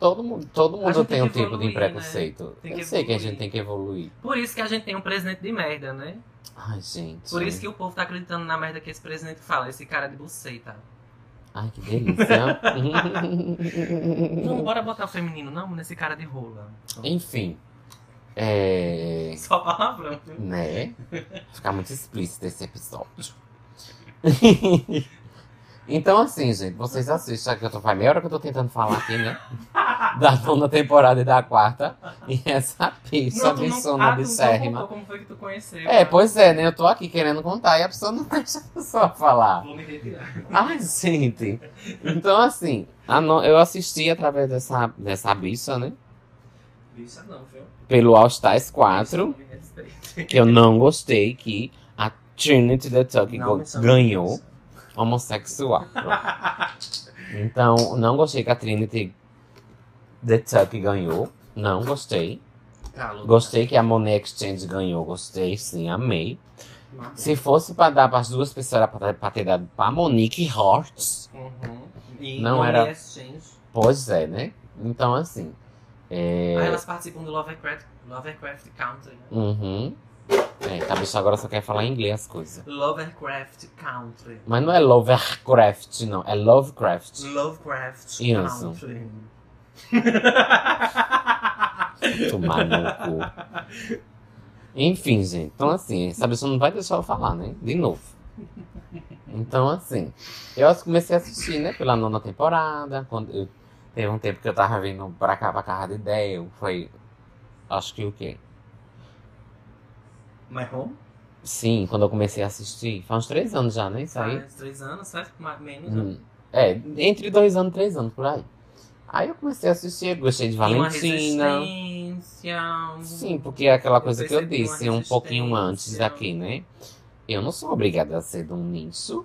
todo mundo, todo
A
mundo
gente
tem,
tem
um
que
tipo de
evoluir,
preconceito.
né? Tem que
Eu sei que a gente
evoluir.
tem que evoluir.
Por isso que a gente tem um presidente de merda, né?
Ai, gente.
Por isso que o povo tá acreditando na merda que esse presidente fala, esse cara de buceta.
Ai, que delícia.
Não, bora botar o feminino, não, nesse cara de rola.
Enfim. É.
Só palavrão. viu?
Né? Ficar muito explícito esse episódio. então, assim, gente, vocês assistem. Já que eu tô, faz meia hora que eu tô tentando falar aqui, né? da nona temporada e da quarta. E essa pista
tu não-
abissona,
ah, tu não
abissérrima.
contou como foi que tu conheceu.
É,
né?
pois é, né? Eu tô aqui querendo contar e a pessoa não deixa a pessoa falar.
Vou me retirar.
Ai, gente. Então, assim, a no- eu assisti através dessa, dessa bicha, né?
Bicha não, viu?
Pelo All Stars 4.
Me respeita.
que eu não gostei que a Trinity the Tuck
Não,
go-
mas são
ganhou
pessoas.
homossexual. então, não gostei que a Trinity the Tuck ganhou. Não gostei.
Tá,
Calo.
Gostei que a Monet Exchange ganhou. Gostei, sim, amei.
Uma-
Se fosse pra dar pras duas pessoas, era pra, pra ter dado pra Monique Hortz.
Uhum. E
Não
Money
era-
Exchange.
Pois é, né? Então, assim. É...
Ah, elas participam do Lovecraft, Lovecraft Country, né?
Uhum. É, tá, bicho, agora só quer falar em inglês as coisas.
Lovecraft Country.
Mas não é Lovecraft, não. É Lovecraft.
Lovecraft
Isso.
Country.
Tomar no cu. Enfim, gente. Então, assim, essa pessoa não vai deixar eu falar, né? De novo. Então, assim, eu comecei a assistir, né? Pela nona temporada. Quando eu- teve um tempo que eu tava vindo pra cá, pra casa de ideia. Foi, acho que o quê?
My Home?
Sim, quando eu comecei a assistir. Faz uns três anos já, né? Isso aí.
Faz três anos, faz mais- menos. né?
Hum. É, entre dois anos e três anos, por aí. Aí eu comecei a assistir, gostei de
Tem uma
Valentina.
resistência. um
Sim, porque é aquela
Eu
coisa que eu
percebi uma
disse um pouquinho antes
resistência.
aqui, né? Eu não sou obrigada a ser de um nicho.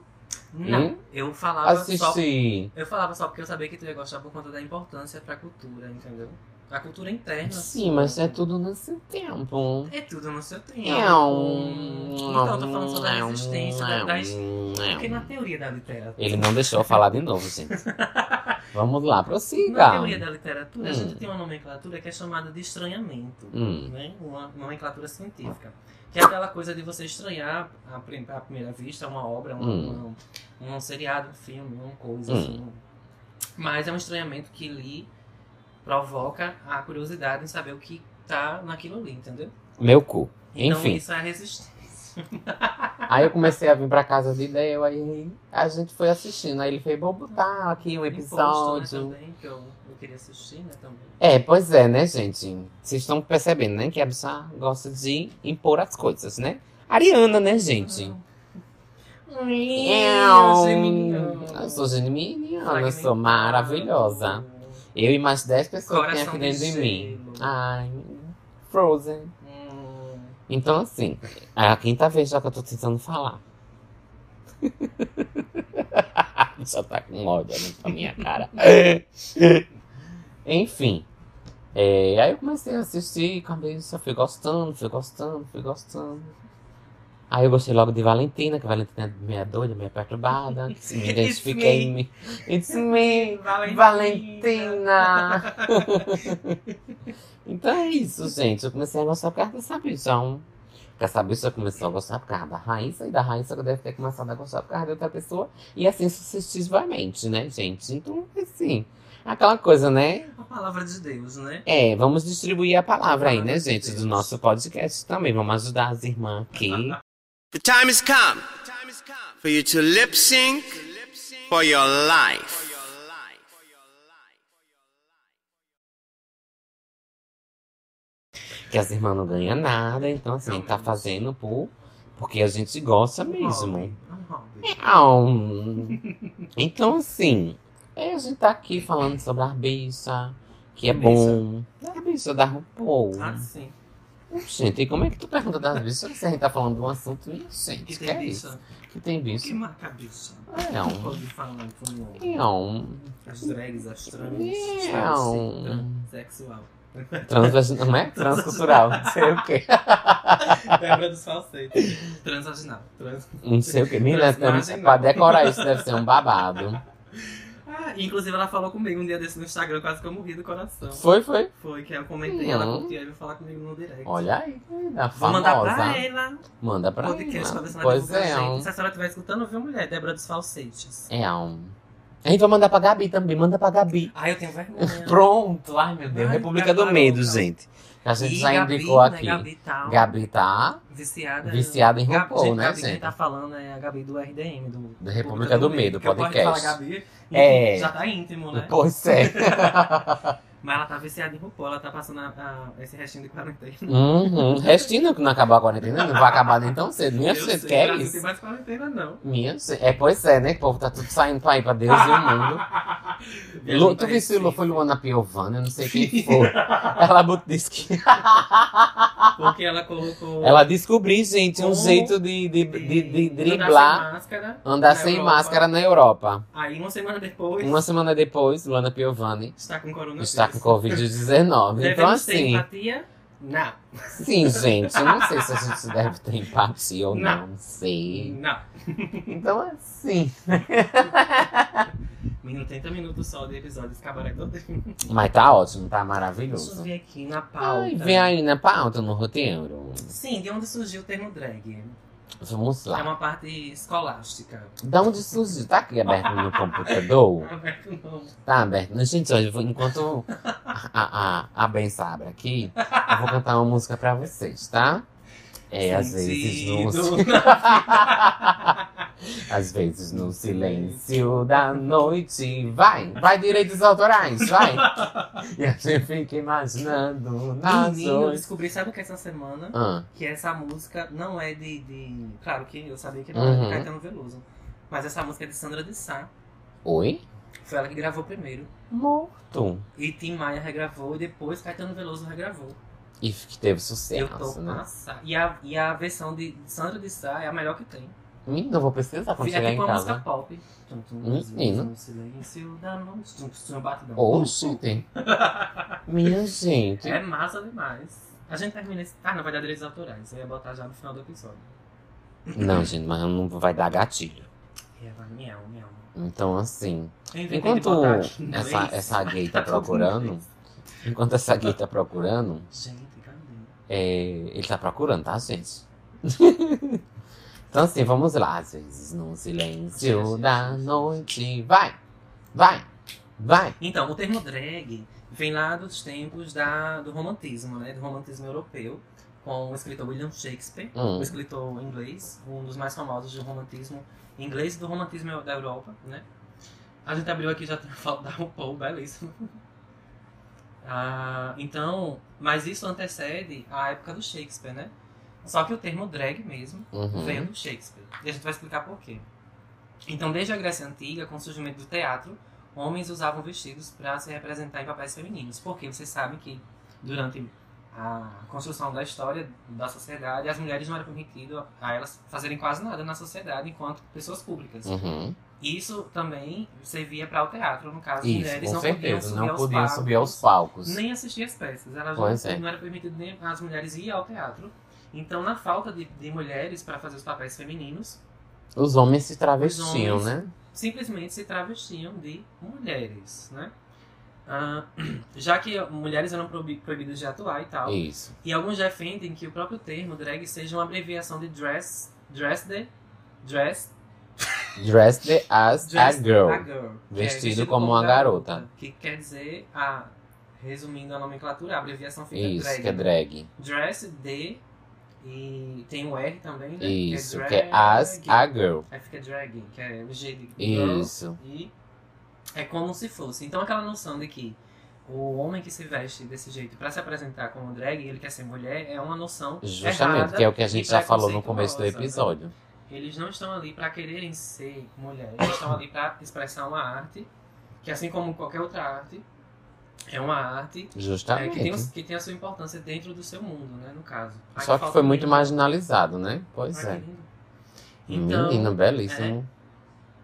Não,
Hum?
eu falava só.
Assistir.
Eu falava só porque eu sabia que tu ia gostar por conta da importância pra cultura, entendeu? A cultura interna. assim.
Sim, mas é tudo nesse tempo.
É tudo no seu tempo.
um-
Então, eu tô falando sobre
é
a resistência da, das... Porque na
Não.
teoria da literatura...
um- é Ele não deixou eu falar de novo, gente. Vamos lá,
Na
prossiga.
teoria da literatura, a gente
é um- Hum.
tem uma nomenclatura que é chamada de estranhamento.
Hum.
Né? Uma nomenclatura científica. Que é aquela coisa de você estranhar, à, prim- à primeira vista, uma obra, um,
Hum.
um, um seriado, um filme, uma coisa
Hum.
assim. Mas é um estranhamento que lhe provoca a curiosidade em saber o que tá naquilo ali, entendeu?
Meu cu.
Então
Enfim.
isso é a resistência.
Aí eu comecei a vir pra casa de Dale, aí a gente foi assistindo. Aí ele fez, vou botar aqui
Imposto,
um
né,
episódio.
também, que eu, eu queria assistir, né, também.
É, pois é, né, gente? Vocês estão percebendo, né? Que a bicha gosta de impor as coisas, né? Ariana, né, gente?
Uhum.
Eu, eu sou geminiana, eu sou maravilhosa. Eu e mais 10 pessoas que tem
Coração
aqui
de
dentro de mim.
gelo.
Ai, Frozen.
Hum,
Então, assim, é a quinta vez já que eu tô tentando falar. já tá com ódio olhando pra minha cara. Enfim. é, aí eu comecei a assistir, acabei só fui gostando, fui gostando, fui gostando. Aí eu gostei logo de Valentina, que Valentina é meio doida, meio perturbada. que se me identifiquei em mim. It's me, Valentina! Então é isso, gente. Eu comecei a gostar por causa dessa bicha. Um- porque Essa bicha começou a gostar por causa da Raíssa. E da Raíssa eu deve ter começado a gostar por causa de outra pessoa. E assim sucessivamente, né, gente? Então, assim... Aquela coisa, né?
A palavra de Deus, né?
É, vamos distribuir a palavra aí, né, gente? Do nosso podcast também. Vamos ajudar as irmãs aqui.
The time has come for you to lip sync for your life.
Que as irmãs não ganham nada. Então, assim, a gente tá fazendo por... Porque a gente gosta mesmo.
É um hobby.
Não. Então, assim, é, a gente tá aqui falando sobre a bicha, que é
Que
bom. A bicha da RuPaul.
Ah, sim.
Gente, e como é que tu pergunta das bichas se a gente tá falando de um assunto inocente?
Que
Que,
tem
é
bicha?
isso? É, um Que tem
Que
bicha?
marca bicha?
Não.
Pode falar como
Não.
as drags, as trans,
É Não.
sexual.
Trans, não é? Transcultural. Não sei o quê.
Lembra dos falsetes.
Transvaginal.
Trans-
Não sei o quê. Menina,
Transmarginal.
tem- pra decorar isso deve ser um babado.
Ah, inclusive ela falou comigo um dia desse no Instagram, quase que eu morri do coração.
Foi, foi.
Foi que eu comentei, ela curtiu e veio falar comigo no direct.
Hum. Olha aí, da
Vou mandar pra
famosa.
ela. um
Manda pra
podcast pra ver se
ela.
ela
Pois
divulga a
é,
gente.
um.
Se a senhora estiver escutando, viu, mulher? Débora dos Falsetes.
É um. A gente vai mandar pra Gabi também, manda pra Gabi.
Ai, eu tenho vergonha.
Pronto, ai meu Deus,
Ai,
República
Gabi
do Medo,
Barbosa.
gente. A gente
E
já
Gabi,
indicou
né,
aqui. Gabi.
Gabi tal.
tá
Viciada.
viciada em
Gabi,
RuPaul,
gente,
né,
Gabi, Quem
gente?
tá falando é a Gabi do RDM, do
Da
é
República do Medo, É.
que eu gosto de
podcast.
falar Gabi,
É.
Já tá íntimo, né?
Pois é.
Mas ela tá viciada em RuPaul, ela tá passando a- a- esse restinho de quarentena.
Uhum. Restinho não- que não acabar a quarentena, não vai acabar nem tão cedo. Minha
Eu
vocês
sei,
quer
Brasil
isso?
tem mais quarentena, não.
Minha ce- é, pois é, né? O povo tá tudo saindo pra ir pra Deus e é o mundo. Lu, tu viu se Lu- foi Luana Piovana? Eu não sei quem foi. Ela bot- disse que.
Porque ela colocou.
Ela descobriu, gente, um
Como?
jeito de, de,
e- Uhum.
de, de
Andar
driblar,
sem máscara.
andar
na
sem
Europa.
máscara na Europa.
Aí, uma semana depois,
Uma semana depois, Luana Piovani
está com coronavírus.
está com Covid-19. Então,
Devemos ter
assim,
empatia? Não.
sim, gente, eu não sei se a gente deve ter empatia ou
Não.
não, não sei.
Não.
Então, assim.
Menino, 30 minutos só de episódios, acabará todo.
Mas tá ótimo, tá
Deixa eu
maravilhoso.
ver aqui na pauta.
Ai, vem aí na pauta, no roteiro.
Sim, de onde surgiu o termo drag?
Vamos
É
lá.
uma parte escolástica. Ah,
Da onde surgiu? Tá aqui aberto no computador?
Aberto não.
Tá, Berto. Gente, olha, eu vou- enquanto a, a, a benção abre aqui, eu vou cantar uma música pra vocês, tá? É, às vezes no, si-
Sentido.
às vezes no silêncio da noite. Vai, vai, direitos autorais, vai! E a gente fica imaginando nas
Menino, eu
noites.
descobri, sabe o que é essa semana?
Ah,
Que essa música não é de. de- Claro que eu sabia que não era
Uhum.
de Caetano Veloso. Mas essa música é de Sandra de Sá.
oi?
Foi ela que gravou primeiro.
Morto.
E Tim Maia regravou e depois Caetano Veloso regravou.
E que teve
eu tô
sucesso, né?
passada. E a, e a versão de Sandra de Sá é a melhor que tem.
Menina, eu vou precisar quando
Fica
chegar
aqui
em
com a música
casa.
pop. Tum,
Hum,
tum,
menino.
No silêncio da noite. Tum, tum, tum, batidão.
Oxe, tem. Minha gente.
É massa demais. A gente termina esse. Ah, não, vai dar direitos autorais. Eu ia botar já no final do episódio.
Não, gente, mas não vai dar gatilho.
E ela, miau, miau.
Então, assim,
Eu inventei de
enquanto
botar aqui em
essa,
inglês.
essa gay tá
Tá todo
procurando,
inglês.
enquanto essa gay tá procurando,
Gente, cadê?
é, ele tá procurando, tá, gente? então, assim, vamos lá. Às vezes, no silêncio da noite, vai, vai, vai.
Então, o termo drag vem lá dos tempos da, do romantismo, né? Do romantismo europeu, com o escritor William Shakespeare.
Hum,
um escritor inglês, um dos mais famosos do romantismo inglês e do romantismo da Europa, né? A gente abriu aqui já tem a foto da RuPaul, belíssimo. Ah, então, mas isso antecede a época do Shakespeare, né? Só que o termo drag mesmo veio
uhum,
do Shakespeare. E a gente vai explicar por quê. Então, desde a Grécia Antiga, com o surgimento do teatro, homens usavam vestidos para se representar em papéis femininos. Porque vocês sabem que, durante a construção da história da sociedade, as mulheres não era permitido a elas fazerem quase nada na sociedade enquanto pessoas públicas.
uhum.
Isso também servia para o teatro, no caso,
Isso,
mulheres
com
não
certeza.
podiam subir
Não
aos
podiam
palcos,
subir aos palcos.
nem assistir as peças. Ela
Pois
não,
é.
não era permitido nem as mulheres ir ao teatro. Então, na falta de, de mulheres para fazer os papéis femininos,
Os homens se travestiam,
Os homens.
né?
simplesmente se travestiam de mulheres, né? Ah, já que mulheres eram proibi- proibidas de atuar e tal. E...
Isso.
alguns defendem que o próprio termo drag seja uma abreviação de dress, dress the, dress
Dressed as a
Dressed
girl.
a girl. que é
Vestido como uma garota.
Que quer dizer, a, resumindo a nomenclatura, a abreviação fica
Isso,
drag.
que é
né?
drag.
Dress D e tem o R também, né?
Isso,
drag,
que é as a girl.
Aí fica drag, que é o G de girl,
Isso.
E é como se fosse. Então aquela noção de que o homem que se veste desse jeito pra se apresentar como drag e ele quer ser mulher é uma noção
Justamente,
errada.
que é o que a gente
e
já falou no começo do
preconceituosa, É,
episódio.
Eles não estão ali pra quererem ser mulher, eles estão ali pra expressar uma arte que assim como qualquer outra arte, é uma arte é, que, tem
Justamente.
os- que tem a sua importância dentro do seu mundo, né? No caso. Ai,
Só que
falta
foi muito
lindo.
marginalizado, né? Pois
Ai,
é.
que lindo. Uhum. Então,
Menino, belíssimo.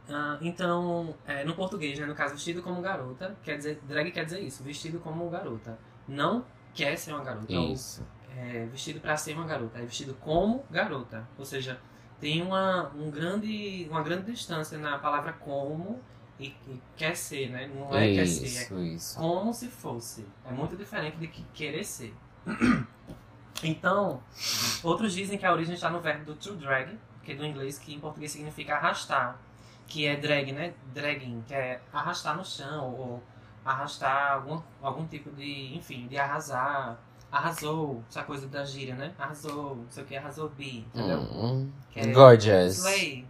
ah, então é, no português, né? No caso, vestido como garota, quer dizer, drag quer dizer isso, vestido como garota. Não quer ser uma garota. ou,
Isso.
é, vestido pra ser uma garota, é vestido como garota. Ou seja, tem uma, um grande, uma grande distância na palavra como e, e quer ser, né? Não é quer ser, é
Isso, isso.
como se fosse. É muito diferente de que querer ser. Então, outros dizem que a origem está no verbo do to drag, que é do inglês, que em português significa arrastar, que é drag, né? Dragging, que é arrastar no chão, ou arrastar algum, algum tipo de, enfim, de arrasar. Arrasou, essa coisa da gíria, né? Arrasou, não sei o que, arrasou bi, entendeu?
Hum,
Que é
Gorgeous.
slay.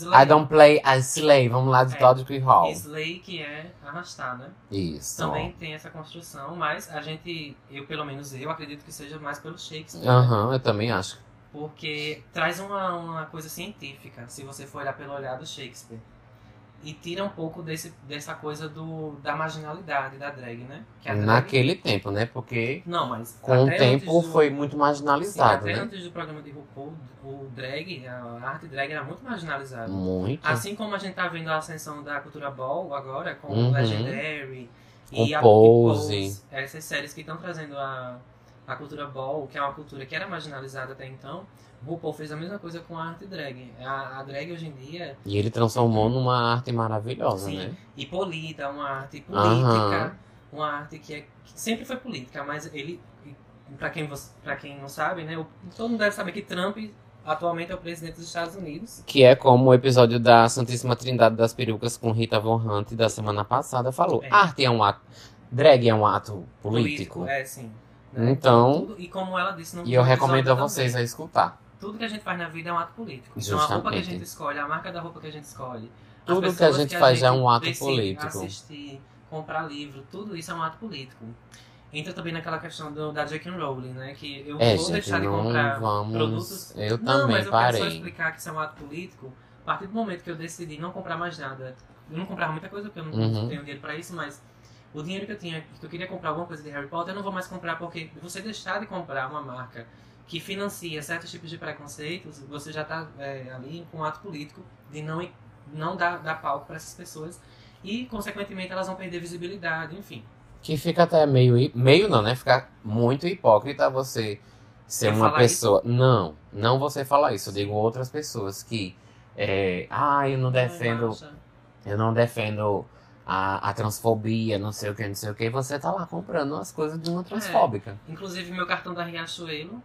I don't play, I slay. Vamos lá de
É.
Todd Creek Hall. Isso.
Slay, que é arrastar, né? Também tem essa construção, mas a gente, eu pelo menos eu, acredito que seja mais pelo Shakespeare.
Aham, eu também acho.
Porque traz uma, uma coisa científica, se você for olhar pelo olhar do Shakespeare. E tira um pouco desse, dessa coisa do, da marginalidade da drag, né? Que a drag-
Naquele tempo, né? Porque
Não, mas.
com o
até
tempo
antes do-
foi muito
Sim,
marginalizado,
até
né?
antes do programa de RuPaul, o drag, a arte drag era muito marginalizada.
Muito.
Assim como a gente tá vendo a ascensão da cultura ball agora, com
Uhum.
Legendary
Com
e a
Pose.
e Pose, essas séries que estão trazendo a, a cultura ball, que é uma cultura que era marginalizada até então, RuPaul fez a mesma coisa com a arte drag. A, a drag hoje em dia, é
E ele transformou numa arte maravilhosa,
Sim.
né?
e polida, é uma arte
Aham.
política, uma arte que, é, que sempre foi política, mas ele, para quem, você- pra quem não sabe, né, o- todo mundo deve saber que Trump atualmente é o presidente dos Estados Unidos.
Que é como o episódio da Santíssima Trindade das Perucas com Rita Von Hunt da semana passada falou.
É.
Arte é um ato. Drag é um ato político.
É, sim.
Então-
Tudo- e como ela disse no
E eu
episódio
recomendo a
também,
vocês a escutar.
Tudo que a gente faz na vida é um ato político. Então a roupa que a
Justamente.
gente escolhe, a marca da roupa que a gente escolhe. as
Tudo que a
pessoas
gente faz já é um ato
decide
político.
Assistir, comprar livro, tudo isso é um ato político. Entra também naquela questão do, da J.K. Rowling, né? Que eu
É,
vou
gente,
deixar de
não
comprar
vamos.
produtos.
Eu
não,
também
mas eu quero só
parei.
explicar que isso é um ato político. A partir do momento que eu decidi não comprar mais nada, eu não comprava muita coisa porque eu não
Uhum.
tenho dinheiro pra isso, mas o dinheiro que eu tinha, que eu queria comprar alguma coisa de Harry Potter, eu não vou mais comprar porque você deixar de comprar uma marca que financia certos tipos de preconceitos, você já tá é, ali com um ato político de não, não dar, dar palco pra essas pessoas e, consequentemente, elas vão perder visibilidade, enfim.
Que fica até meio. hip- Meio não, né? Fica muito hipócrita você ser
Eu
uma
falar
pessoa. Não, não você falar isso. Eu digo outras pessoas que. é, ah, eu não defendo.
Nossa.
Eu não defendo a, a transfobia, não sei o que, não sei o que. Você tá lá comprando as coisas de uma transfóbica.
Inclusive meu cartão da Riachuelo.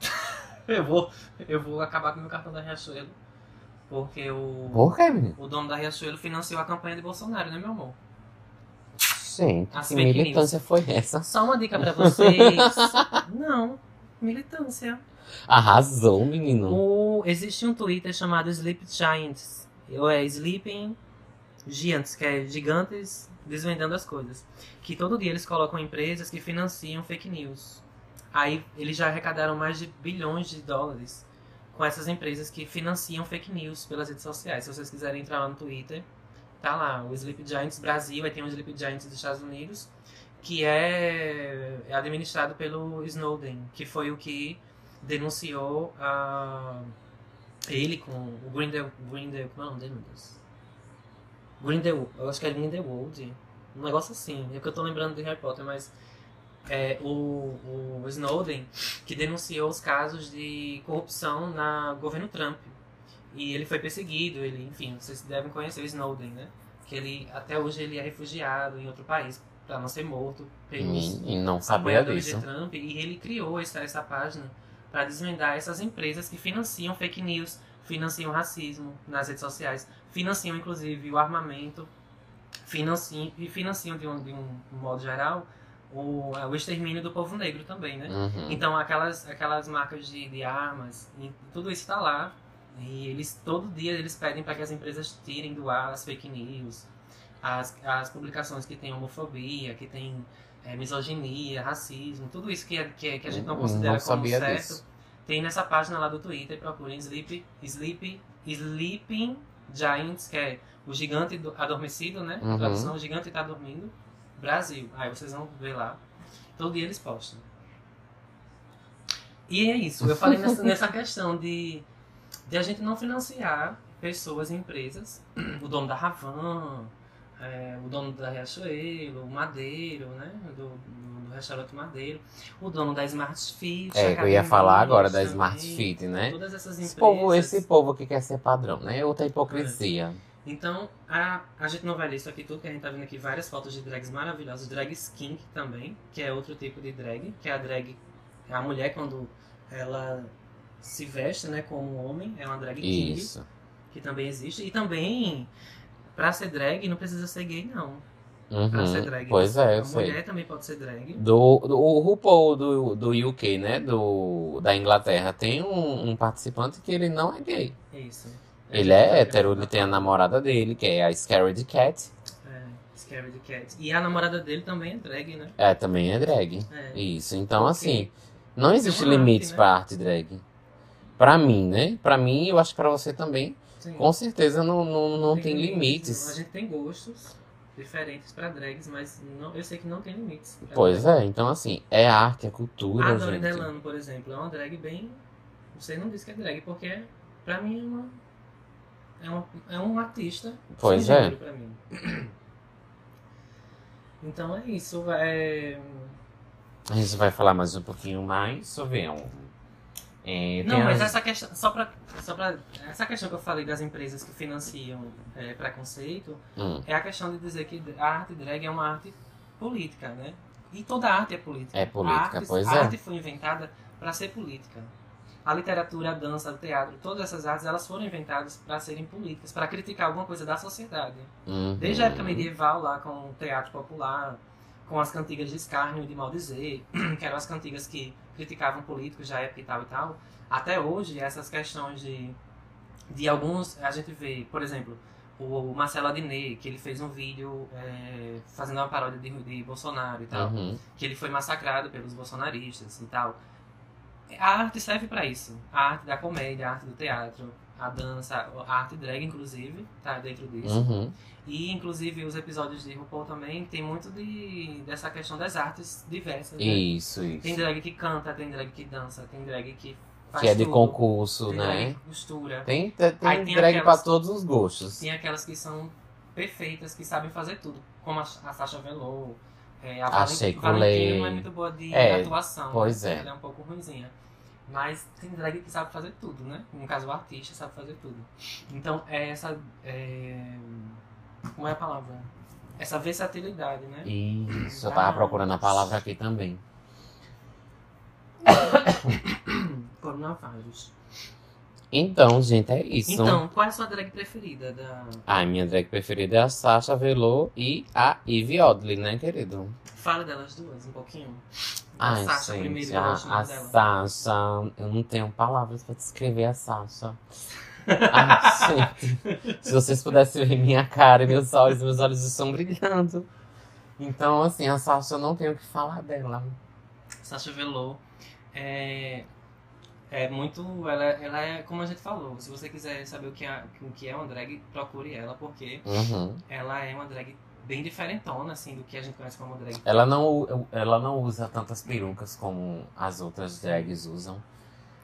eu, vou, eu vou acabar com meu cartão da Riachuelo. Porque o,
Por quê, menino?
o dono da Riachuelo financiou a campanha de Bolsonaro, né, meu amor?
Gente,
As
que
fake
militância foi essa?
Só uma dica pra vocês. Não, militância.
Arrasou, menino.
O, existe um Twitter chamado Sleep Giants. Ou é Sleeping Giants, que é gigantes desvendando as coisas. Que todo dia eles colocam empresas que financiam fake news. Aí eles já arrecadaram mais de bilhões de dólares com essas empresas que financiam fake news pelas redes sociais. Se vocês quiserem entrar lá no Twitter, tá lá. O Sleep Giants Brasil, aí tem o Sleep Giants dos Estados Unidos, que é é administrado pelo Snowden, que foi o que denunciou a ele com o Grindel, Grindel como é o nome dele, meu Deus? Grindel, eu acho que é Grindelwald, um negócio assim, é que eu tô lembrando de Harry Potter, mas é, o, o Snowden que denunciou os casos de corrupção na governo Trump e ele foi perseguido, ele, enfim, vocês devem conhecer o Snowden, né? Que ele até hoje ele é refugiado em outro país para não ser morto pelos
E, e não sabia
apoiadores
disso.
de Trump e ele criou essa, essa página para desvendar essas empresas que financiam fake news, financiam racismo nas redes sociais, financiam inclusive o armamento, financiam, e financiam de um, de um modo geral o, é, o extermínio do povo negro também, né?
Uhum.
Então aquelas, aquelas marcas de, de armas, e tudo isso está lá. E eles todo dia eles pedem para que as empresas tirem do ar as fake news, as, as publicações que tem homofobia, que tem eh, misoginia, racismo, tudo isso que, é- que, é- que a gente não
Não
considera como
sabia
certo.
disso.
Tem nessa página lá do Twitter, procurem Sleep, Sleep, Sleeping Giants, que é o gigante do- adormecido, né?
Uhum.
Tradução, o gigante tá dormindo. Brasil. Aí vocês vão ver lá. Todo dia eles postam. E é isso. Eu falei nessa, nessa questão de, de a gente não financiar pessoas e empresas. O dono da Ravan, é, o dono da Riachuelo, o Madeiro, né? Do, do, do restaurante Madeiro. O dono da Smart Fit.
É, que eu ia falar agora da
academias
Smart
também,
Fit, né?
Todas essas empresas.
Esse povo, esse povo que quer ser padrão, né? Outra hipocrisia.
Então, a, a gente não vai ler isso aqui tudo, que a gente tá vendo aqui várias fotos de drags maravilhosas. Drag skink também, que é outro tipo de drag, que é a drag. A mulher, quando ela se veste, né, como homem, é uma drag king,
Isso.
que também existe. E também, pra ser drag, não precisa ser gay, não. Pra
Uhum.
ser drag.
Pois é,
a
eu sei.
mulher também pode ser drag.
Do, do, o RuPaul do, do UK, né? Do, da Inglaterra, tem um, um participante que ele não é gay.
É isso.
Ele é hétero, ele tem a namorada dele, que é a Scared Cat.
É, Scared Cat. E a namorada dele também é drag, né?
É, também é drag.
É.
Isso. Então,
Ok.
assim, não existe
uma arte,
limites
né?
pra arte drag. Pra mim, né? Pra mim, eu acho que pra você também.
Sim.
Com certeza não, não, não tem
não. A
limites.
gente tem gostos diferentes pra drags, mas não, eu sei que não tem limites. pra
Pois
drag.
é, então assim, é arte, é cultura,
A Dori
gente.
Delano, por exemplo, é uma drag bem. Você não diz que é drag, porque pra mim é uma. É, uma, é um artista.
Pois
sem
é.
gênero Pra mim. Então é isso. É...
A gente vai falar mais um pouquinho mais sobre um. É, tem
Não, mas
as-
essa questão, só pra, só pra. Essa questão que eu falei das empresas que financiam é, preconceito
Hum,
é a questão de dizer que a arte drag é uma arte política, né? E toda arte é política.
É política,
a arte,
pois
a
é.
arte foi inventada para ser política. A literatura, a dança, o teatro, todas essas artes, elas foram inventadas para serem políticas, para criticar alguma coisa da sociedade.
uhum.
Desde a época medieval, lá com o teatro popular, com as cantigas de escárnio e de maldizer, que eram as cantigas que criticavam políticos da época e tal e tal, até hoje, essas questões de, de alguns. A gente vê, por exemplo, o Marcelo Adnet, que ele fez um vídeo é, fazendo uma paródia de, de Bolsonaro e tal,
Uhum.
que ele foi massacrado pelos bolsonaristas e tal. A arte serve para isso. A arte da comédia, a arte do teatro, a dança, a arte drag, inclusive, tá dentro disso.
Uhum.
E, inclusive, os episódios de RuPaul também tem muito de, dessa questão das artes diversas, né?
Isso,
Tem
isso.
drag que canta, tem drag que dança, tem drag que faz
Que é de
tudo,
concurso,
tem drag
né?
que costura.
Tem, tem, tem
Aí tem
drag
aquelas-
pra todos os gostos.
Tem aquelas que são perfeitas, que sabem fazer tudo. Como a, a Sasha Velour, é, a,
A
Valen-
Shea
Valentina não é
Coulee.
muito boa de
É,
atuação,
pois
né?
é.
Ela é um pouco ruimzinha. Mas tem drag que sabe fazer tudo, né? No caso, o artista sabe fazer tudo. Então, é essa... é, Como é a palavra? Essa versatilidade, né?
Isso, eu tava procurando a palavra aqui também.
Coronavírus.
Então, gente, é isso.
Então, qual é a sua drag preferida? Da...
A minha drag preferida é a Sasha Velour e a Ivy Odley, né, querido?
Fala delas duas um pouquinho. Da
Ai,
Sasha
gente,
primeiro e
a,
o último
a
dela.
Sasha. Eu não tenho palavras pra descrever a Sasha. Ai, gente, se vocês pudessem ver minha cara e meus olhos, meus olhos estão brilhando. Então, assim, a Sasha, eu não tenho o que falar dela.
Sasha Velour é, é muito. Ela, ela é, como a gente falou, se você quiser saber o que, é, o que é uma drag, procure ela, porque
Uhum.
ela é uma drag bem diferentona, assim, do que a gente conhece como drag.
Ela não, u- ela não usa tantas perucas como as outras drags usam.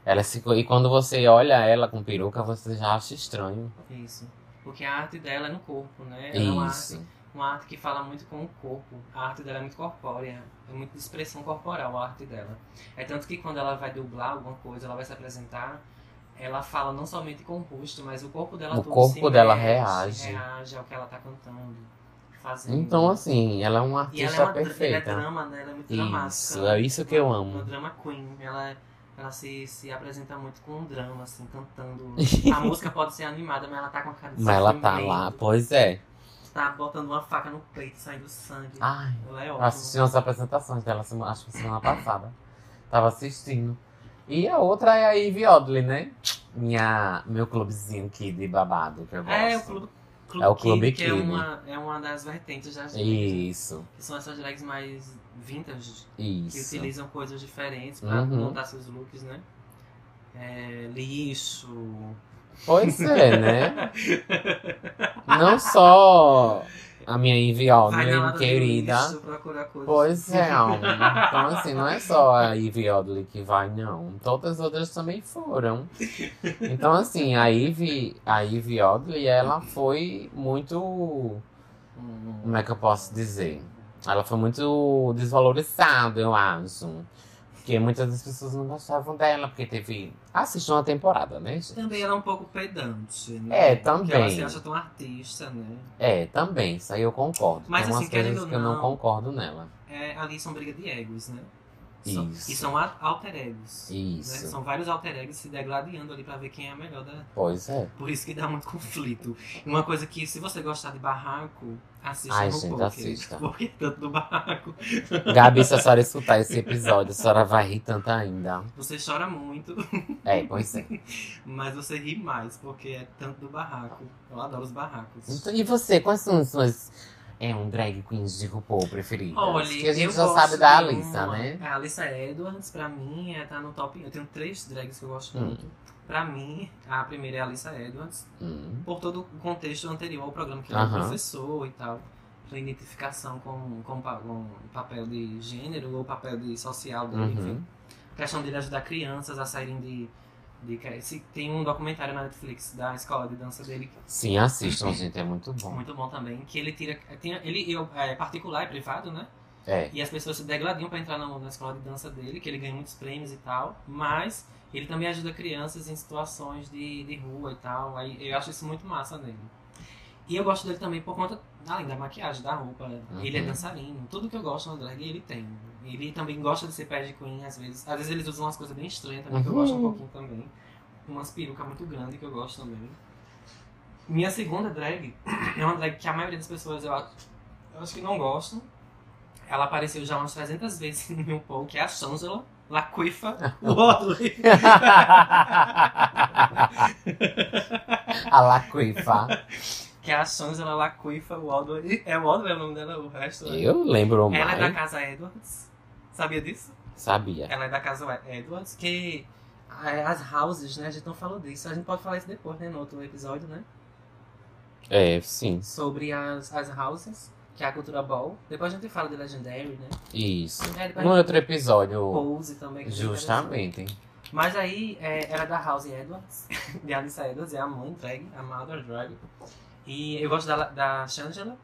Ela se, co- e quando você olha ela com peruca, você já acha estranho.
Isso. Porque a arte dela é no corpo, né? Ela é uma arte,
Isso.
uma arte que fala muito com o corpo. A arte dela é muito corpórea, é muito de expressão corporal a arte dela. É tanto que quando ela vai dublar alguma coisa, ela vai se apresentar, ela fala não somente com o rosto, mas o corpo dela
O
todo
corpo
se
dela
mexe,
reage.
reage ao que ela tá cantando, fazendo.
Então, assim, ela é uma
e ela
artista
é uma
perfeita.
Ela é drama, né? Ela é muito dramática.
Isso, é isso que eu
Uma
amo.
drama queen. Ela, é, ela se, se apresenta muito com um drama, assim, cantando. A música pode ser animada, mas ela tá com a cara de
Mas ela tá
sofrimento,
lá, pois é.
Tá botando uma faca no peito, saindo sangue.
Ai,
Ela é
eu
ótima.
assisti as apresentações dela, semana, acho que semana passada. Tava assistindo. E a outra é a Ivy Odley, né? Minha, meu clubezinho aqui de babado, que eu gosto.
É, o Clube, Clube
É o
Kid,
Clube
que é
Kid.
uma, é uma das vertentes das drags.
Isso,
Que são essas drags mais vintage, que
isso.
utilizam coisas diferentes pra
Uhum.
montar seus looks, né? É, lixo.
Pois é, né? Não só a minha Ivy
Vai na
Odley,
lata do
querida.
lixo procurar coisas.
Pois é, alma. então assim, não é só a Ivy Odley que vai, não. Todas as outras também foram. Então assim, a Ivy, a Ivy Odley, ela foi muito,
Hum.
como é que eu posso dizer? Ela foi muito desvalorizada, eu acho. Porque muitas das pessoas não gostavam dela, porque teve... Assistiu uma temporada, né, gente?
Também ela é um pouco pedante, né?
É,
Porque ela se
também.
acha tão artista, né?
É, também. Isso aí eu concordo.
Mas,
Tem umas
assim, querendo
coisas que eu
ou
não
não-
concordo nela.
É, ali são briga de egos, né? São-
Isso.
E são a- alter egos.
Isso.
né? São vários alter egos se degladiando ali pra ver quem é a melhor da,
Pois é.
Por isso que dá muito conflito. E Uma coisa que, se você gostar de barraco, assista
Ai,
no
gente,
poker.
assista.
Porque tanto do barraco,
Gabi, se a senhora escutar esse episódio, a senhora vai rir tanto ainda.
você chora muito,
É, pois é.
mas você ri mais, porque é tanto do barraco. Eu adoro os barracos.
Então, e você, quais são as suas é, um drag queens de RuPaul preferidas?
Olha,
que a
eu
gente já
gosto
sabe da
de
Alissa,
uma-
né?
A Alissa Edwards, pra mim, é, tá no top. Eu tenho três drags que eu gosto
Hum.
muito. Pra mim, a primeira é a Alissa Edwards,
Hum.
por todo o contexto anterior ao programa, que ele é
Aham.
professor e tal, sua identificação com, com, pa- com o papel de gênero ou papel de social dele, enfim.
Uhum.
Questão dele ajudar crianças a saírem de. de ca- se- tem um documentário na Netflix da escola de dança dele, que
Sim, assistam, gente, é muito
é
bom.
muito bom também, que ele tira. Tem, ele eu- é particular, é privado, né?
É.
E as pessoas se degladiam pra entrar na, na escola de dança dele, que ele ganha muitos prêmios e tal, mas ele também ajuda crianças em situações de, de rua e tal, aí eu acho isso muito massa nele. E eu gosto dele também por conta, além da maquiagem, da roupa, ele é
Uhum.
dançarino, tudo que eu gosto no drag ele tem. Ele também gosta de ser pad queen às vezes, às vezes eles usam umas coisas bem estranhas também, que eu gosto um
Uhum.
pouquinho também. Umas perucas muito grandes que eu gosto também. Minha segunda drag é uma drag que a maioria das pessoas eu acho, eu acho que não gostam. Ela apareceu já umas 300 vezes no meu poll, que é a Shangela Laquifa Wadley.
a Laquifa.
que é a Shangela Laquifa Wadley. É Wadley é o nome dela, o resto é.
Eu lembro
Ela é da
mais.
casa Edwards. Sabia disso?
Sabia.
Ela é da casa Edwards, que é, as houses, né? A gente não falou disso. A gente pode falar isso depois, né? No outro episódio, né?
É, sim.
Sobre as, as houses, que é a cultura ball. Depois a gente fala de Legendary, né?
Isso.
É, depois
No
a gente
outro episódio,
Pose também. que é
justamente.
interessante. Mas aí é, era da House Edwards, de Alice Edwards, é a mãe drag, a mother drag. E eu gosto da, da Shangela.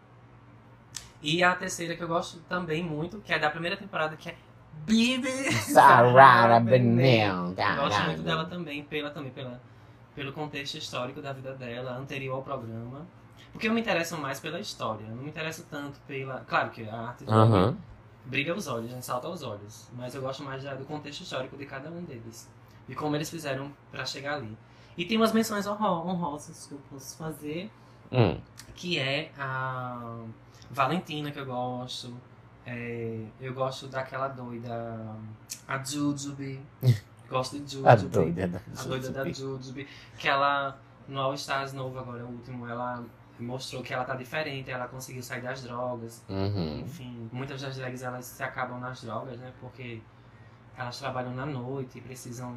E a terceira que eu gosto também muito, que é da primeira temporada, que é Bibi
Sarara
Benet.
Benel.
Eu gosto muito dela também, pela, também pela, pelo contexto histórico da vida dela, anterior ao programa. Porque eu me interesso mais pela história, eu não me interesso tanto pela. Claro que a arte drag
Aham.
brilha os olhos, né? salta aos olhos. Mas eu gosto mais da- do contexto histórico de cada um deles. De como eles fizeram pra chegar ali. E tem umas menções honro- honrosas que eu posso fazer,
Hum.
que é a Valentina, que eu gosto. É, eu gosto daquela doida, a Jujube. Gosto de Jujube.
A doida da
A doida da Jujube. Que ela, no All Stars novo agora, o último, ela mostrou que ela tá diferente, ela conseguiu sair das drogas.
Uhum.
Enfim, muitas das drags elas se acabam nas drogas, né? Porque elas trabalham na noite e precisam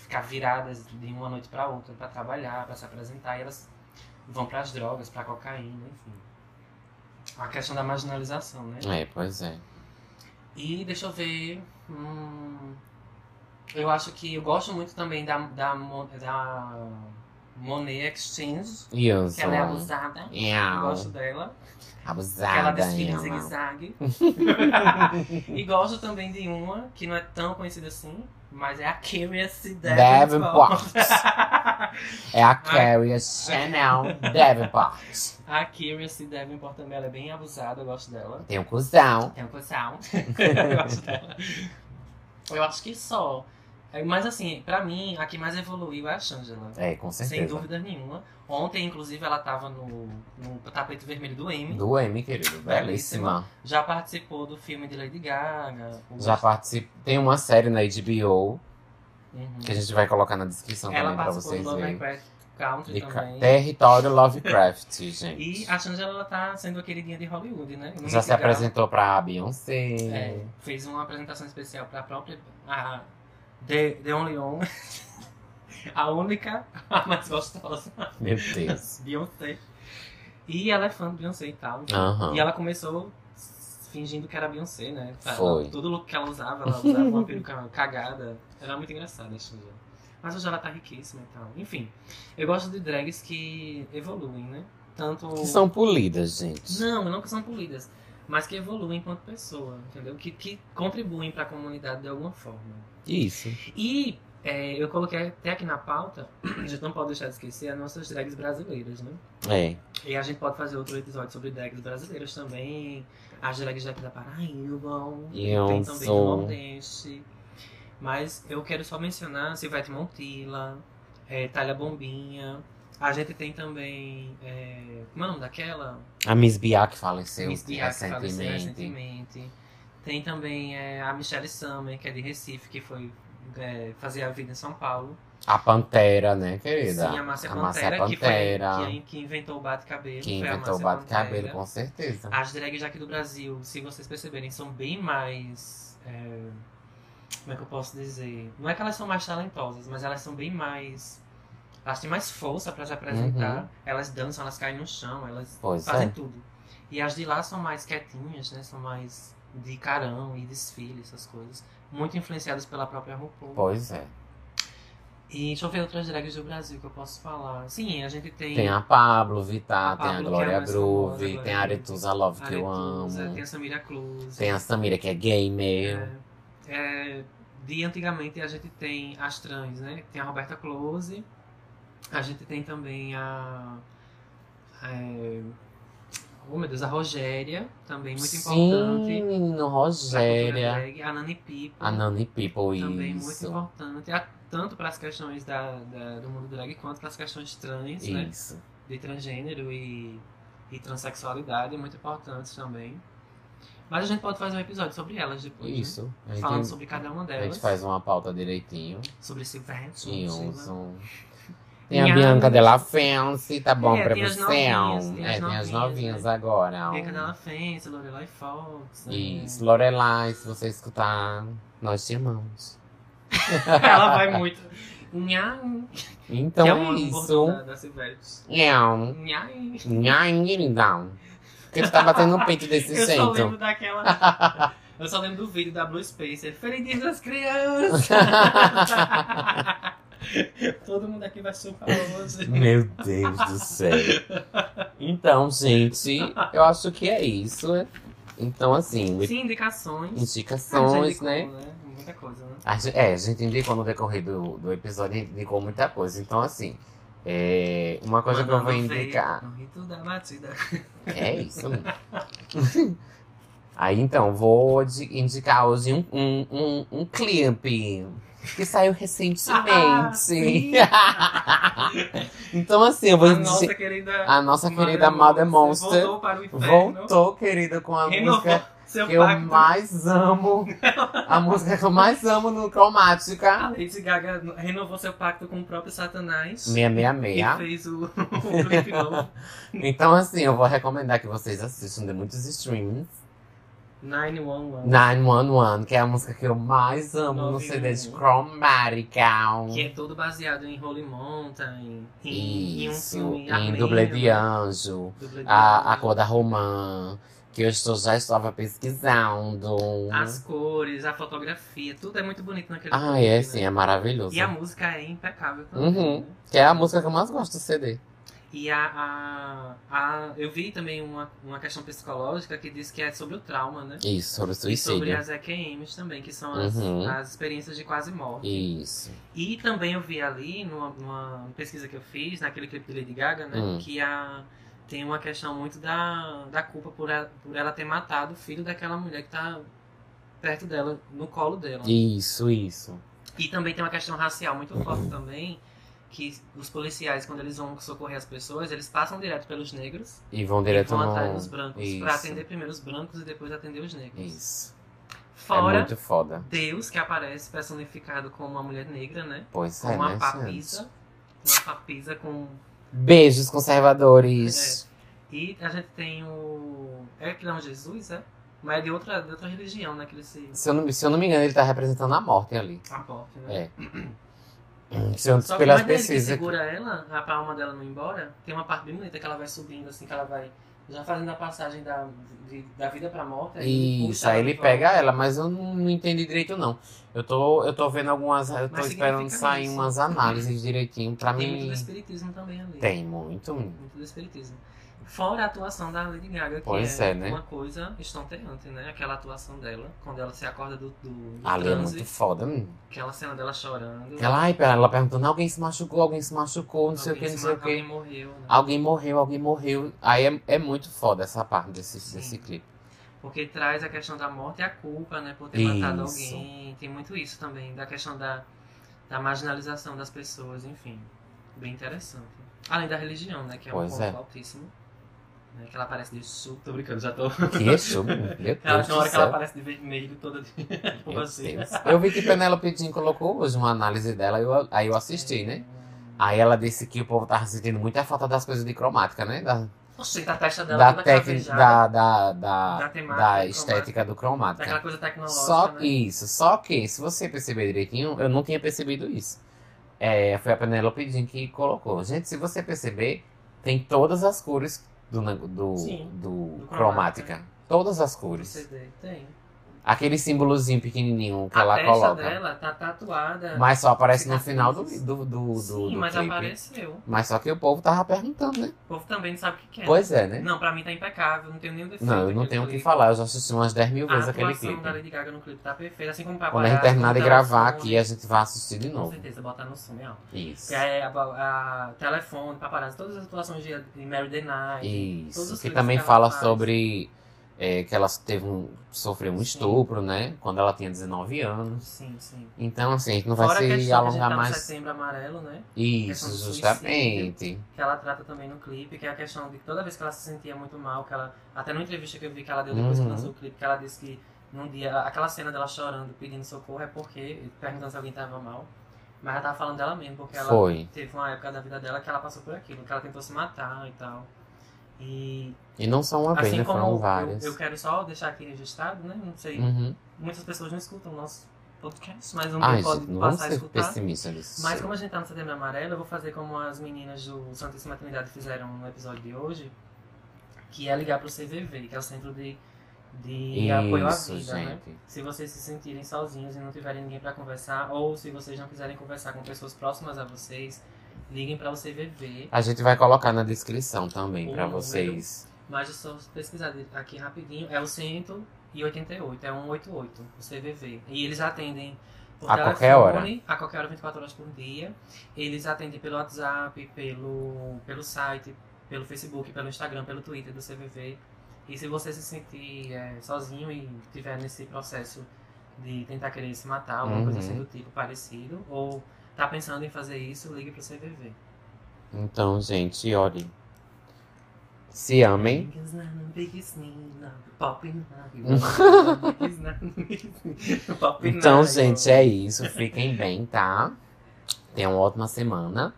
ficar viradas de uma noite pra outra pra trabalhar, pra se apresentar, e elas vão pras drogas, pra cocaína, enfim. A questão da marginalização, né?
É, pois é.
E deixa eu ver. Hum, eu acho que eu gosto muito também da, da, Mo- da Monet Exchange,
E eu
que
sou.
ela é abusada. Eu
Nhau.
gosto dela. Que ela é
Abusada.
desfila em
nhau.
zigue-zague. e gosto também de uma que não é tão conhecida assim, mas é a Curious Davenport.
Davenport. É a Carrie Chanel Davenport.
a Curious Davenport também ela é bem abusada, eu gosto dela.
Tem um cuzão.
Tem um coração. eu gosto dela. Eu acho que só. É, Mas assim, pra mim, a que mais evoluiu é a Shangela.
É, com
Sem
certeza.
dúvida nenhuma. Ontem, inclusive, ela tava no, no tapete vermelho do M.
Do M, querido. Belíssima.
Já participou do filme de Lady Gaga. o-
Já participa. Tem uma série na HBO
Uhum.
que a gente vai colocar na descrição
Ela
também pra
participou do
vocês
Love and
verem.
Craft Country
De ca- é.
também.
Território Lovecraft, gente.
E a Shangela ela tá sendo a queridinha de Hollywood, né? No
Já se
Instagram,
apresentou pra Beyoncé.
é, fez uma apresentação especial pra própria. A The, The Only One. a única, a mais gostosa.
Meu Deus.
Beyoncé. E ela é fã do Beyoncé e tal.
Aham.
E ela começou fingindo que era Beyoncé, né? Ela-
Foi.
Todo look que ela usava, ela usava uma peruca cagada. Era muito engraçada a Shangela. Mas hoje ela tá riquíssima e tal. Enfim, eu gosto de drags que evoluem, né? Tanto.
Que são polidas, gente.
Não, não que são polidas, mas que evoluem enquanto pessoa, entendeu? Que, que contribuem pra comunidade de alguma forma.
Isso.
E É, eu coloquei até aqui na pauta, a gente não pode deixar de esquecer as nossas drags brasileiras, né?
É.
E a gente pode fazer outro episódio sobre drags brasileiras também. As drags daqui da Paraíba.
Eu
tem também do
sou-
Nordeste. Mas eu quero só mencionar Silvete Montila, é, Talha Bombinha. A gente tem também. É, como é o nome daquela?
A Miss Bia que faleceu
Miss Biak, que faleceu
recentemente.
recentemente. Tem também é, a Michelle Summer, que é de Recife, que foi é, fazer a vida em São Paulo.
A Pantera, né, querida?
Sim, a Márcia
A Márcia
Pantera,
Pantera,
Que, foi, que, que inventou o bate-cabelo.
que
foi a
inventou o
Márcia
bate-cabelo,
Pantera. Ah,
com certeza.
As drags aqui do Brasil, se vocês perceberem, são bem mais. é, como é que eu posso dizer? Não é que elas são mais talentosas, mas elas são bem mais. Elas têm mais força pra se apresentar. Elas dançam, elas caem no chão, elas
Uhum. Pois
fazem
é.
tudo. E as de lá são mais quietinhas, né? São mais de carão e desfile, essas coisas. Muito influenciadas pela própria RuPaul.
Pois é.
E deixa eu ver outras drags do Brasil que eu posso falar. Sim, a gente tem.
Tem a Pablo Vittar,
A
tem a
Pabllo, que é a
Glória
mais famosa,
Groove,
Glória
tem a Aretuza Love, que eu
Aretuza,
amo.
Tem a Samira Cruz.
Tem a Samira, que é gamer.
É, de antigamente a gente tem as trans, né? Tem a Roberta Close, a gente tem também a. É, oh meu Deus, a Rogéria, também muito
Sim,
importante.
menino
pra cultura
Rogéria.
drag, A Nani Pipo,
A Nani People,
também muito
isso.
importante. a- tanto para as questões da, da- do mundo drag quanto para as questões trans, né?
Isso.
de transgênero e, e transexualidade, muito importantes também. Mas a gente pode fazer um episódio sobre elas depois. né?
Isso. A
Falando
gente,
sobre cada uma
a
delas.
gente faz um uma pauta direitinho.
Sobre Silvestre.
E
Silva.
uso. Tem a
Minha-
Bianca Della Fence, tá bom
É,
pra
tem as
você?
novinhas, tem
é,
as
tem as
novinhas,
novinhas
né?
agora. ó.
Bianca Della Fence, Lorelai Fox. né?
Isso, Lorelai, se você escutar, nós te amamos.
Ela vai muito. Nham.
Então
que é
é,
um
isso. É um
Da, da Silvestre.
Nham.
Nham.
Nham, queridão. Porque tu tá batendo no peito desse
Eu só
jeito.
lembro daquela. Eu só lembro do vídeo da Blue Spacer. Feliz dia das crianças! Todo mundo aqui vai super hoje.
Meu Deus do céu. Então, gente, eu acho que é isso. Então, assim,
Sim, indicações.
indicações,
Ah, já
né?
indicou, Muita coisa, né?
A gen- é, a gente indicou no decorrer do, do episódio, a gente indicou muita coisa. Então, assim, é, uma coisa que eu vou
Mandando ver
indicar
No rito da batida.
é isso. Aí, então, vou de- indicar hoje um, um, um, um clipe que saiu
Ah,
recentemente.
sim.
então, assim, eu vou
A
indicar
nossa querida.
a nossa querida Mother Monster
é Voltou É, para o inferno.
voltou, querida, com a
Renovou
música
Seu
que eu
pacto.
mais amo. A música que eu mais amo no Cromática.
A Lady Gaga renovou seu pacto com o próprio Satanás.
666.
E fez o, o clipe novo.
Então, assim, eu vou recomendar que vocês assistam de muitos streamings.
911.
911, que é a música que eu mais amo no
911.
CD de Chromatica.
Que é todo baseado em Holy Mountain. Em, em um
Isso,
filme.
em
armênio,
Dublê de Anjo,
Dublê de
a, a
Anjo.
cor da romã, que eu estou, já estava pesquisando.
As cores, a fotografia, tudo é muito bonito naquele
Ah,
filme,
é,
né?
sim, é maravilhoso.
E a música é impecável também.
Uhum.
né?
Que é a música que eu mais gosto do CD.
E a, a, a- eu vi também uma, uma questão psicológica que diz que é sobre o trauma, né?
Isso, sobre o
E sobre
suicídio.
as EQMs também, que são as,
Uhum.
as experiências de quase morte.
Isso.
E também eu vi ali, numa, numa pesquisa que eu fiz, naquele clipe de Lady Gaga, né?
Hum.
Que a, tem uma questão muito da, da culpa por ela, por ela ter matado o filho daquela mulher que tá perto dela, no colo dela.
Isso, isso.
E também tem uma questão racial muito forte também, que os policiais, quando eles vão socorrer as pessoas, eles passam direto pelos negros
E vão direto
e vão
no-
atrás dos brancos, pra
Isso.
atender primeiro os brancos e depois atender os negros.
Isso. É
Fora
muito foda.
Deus, que aparece personificado como uma mulher negra, né?
Pois
Com
é,
uma
né,
papisa.
gente?
Uma papisa com...
Beijos, conservadores.
E a gente tem o... É que não, Jesus, é? Mas é de outra, de outra religião, né? Que ele se...
Se, eu não, se eu não me engano, ele tá representando a morte ali.
aporte, né?
É. Se eu,
Só que
pelas
mais desde que
pesquisas.
segura ela, a palma dela não ir embora, tem uma parte bem bonita que ela vai subindo, assim, que ela vai já fazendo a passagem da, de- da vida pra morte. aí
Isso,
puxa
aí
ela
ele
de volta.
pega ela, mas eu não, não entendi direito, não. Eu tô, eu tô vendo algumas. Eu tô
Mas
esperando
significa
sair
isso.
umas análises direitinho pra
Tem
mim.
muito do espiritismo também ali.
Tem muito.
Muito do espiritismo. Fora a atuação da Lady Gaga, que
Pois
é,
é, né?
uma coisa estonteante, né? Aquela atuação dela, quando ela se acorda do, do, do
Ali é
transe,
muito foda. menino.
aquela cena dela chorando. né?
Ela, ai, pera, ela perguntando, alguém se machucou, alguém se machucou, não sei o que,
alguém
não
se
sei o
matou,
que.
Alguém morreu, né?
Alguém morreu, alguém morreu. Aí é, é muito foda essa parte desse,
Sim.
desse clipe.
Porque traz a questão da morte e a culpa, né? Por ter
Isso.
matado alguém. Tem muito isso também, da questão da, da marginalização das pessoas, enfim. Bem interessante. Além da religião, né? Que é um
Pois
ponto
é.
altíssimo. né, Que ela aparece de su... Tô brincando, já tô...
Que isso, meu Deus
Ela, tem uma
do
hora que ela
céu.
aparece de vermelho toda de...
é. Meu
Como assim?
Deus. Eu vi que Penélope Jean colocou hoje uma análise dela, eu, aí eu
É.
assisti, né? Aí ela disse que o povo tava sentindo muita falta das coisas de cromática, né? Da,
Oxe, tá a testa dela
da
toda
técnica,
cravejada,
da, da, da,
Da temática
da
cromática.
estética do cromática.
Daquela né? coisa tecnológica,
Só
né?
isso, só que se você perceber direitinho, eu não tinha percebido isso. É, foi a Penélope Jean que colocou. Gente, se você perceber, tem todas as cores do, na- do,
Sim,
do,
do né? cromática.
cromática. Todas as
O
cores.
CD tem.
Aquele símbolozinho pequenininho que
a
ela
testa
coloca.
dela tá tatuada.
Mas só aparece no
Cicatriz.
final do, do, do, do,
Sim,
do
mas
clipe.
apareceu.
Mas só que o povo tava perguntando, né?
O povo também não sabe o que quer.
Pois é, né?
Não, pra mim tá impecável, não tenho nenhum defeito.
Não, eu não
aquele
tenho o que
clipe.
falar. Eu já assisti umas 10 mil vezes
A
aquele
atuação da
clipe.
Lady Gaga no clipe tá perfeita, assim como o paparazzo.
Quando a gente terminar de
com o
gravar
telefone.
aqui, a gente vai assistir de
Com
novo.
certeza, botar no som, é ó.
Isso.
É, a, a, a telefone, paparazzo, todas as atuações de, de Mary the Night. Todos
Isso,
os
que
clipes
também
que ela
fala
faz.
sobre é, que ela teve um, sofreu um
Sim.
estupro, né? Quando ela tinha 19 anos.
Sim, sim.
Então, assim, a gente não vai
Fora a
se
questão que a gente
alongar
tá no
mais.
setembro amarelo, né? questão do
Isso,
suicídio.
justamente.
Que ela trata também no clipe, que é a questão de que toda vez que ela se sentia muito mal, que ela. Até numa entrevista que eu vi que ela deu depois
Uhum.
que lançou o clipe, que ela disse que num dia. Aquela cena dela chorando, pedindo socorro, é porque. perguntando se alguém tava mal. Mas ela tava falando dela mesmo, porque ela
Foi.
teve uma época da vida dela que ela passou por aquilo, que ela tentou se matar e tal. E
E não só uma vez,
assim
né?
como
Foram
eu-
várias.
Eu, quero só deixar aqui registrado, né? Não sei,
Uhum.
muitas pessoas não escutam o nosso podcast, mas um
Ai,
pode
gente, Ah, não vamos
passar a
ser
escutar.
pessimistas nisso.
Mas como a gente tá no Setembro Amarelo, eu vou fazer como as meninas do Santíssima Trindade fizeram no episódio de hoje, que é ligar pro CVV, que é o Centro de, de Apoio à
Isso,
Vida, né?
gente.
Se vocês se sentirem sozinhos e não tiverem ninguém para conversar, ou se vocês não quiserem conversar com pessoas próximas a vocês, liguem para o CVV.
A gente vai colocar na descrição também
O
pra
número.
vocês.
Mas eu só pesquisar aqui rapidinho, é o 188, é 188, o CVV. E eles atendem por
A
telefone,
qualquer hora.
a qualquer hora, 24 horas por dia. Eles atendem pelo WhatsApp, pelo, pelo site, pelo Facebook, pelo Instagram, pelo Twitter do CVV. E se você se sentir eh, sozinho e tiver nesse processo de tentar querer se matar, alguma coisa
Uhum.
assim do tipo parecido, ou tá pensando em fazer isso, ligue pro CVV.
Então, gente, olhem. Se amem.
Niggas not no biggest need, not popping
Hum.
now. Niggas not no biggest need, popping
Então,
now.
gente, é isso. Fiquem bem, tá? Tenham uma ótima semana.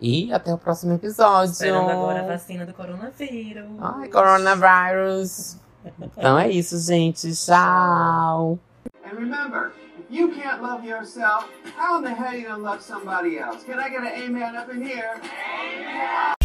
E até o próximo episódio.
Esperando agora a vacina do coronavírus.
Ai, coronavírus. Então é isso, gente. Tchau.
And remember, if you can't love yourself, how in the hell are you gonna love somebody else? Can I get an amen up in here?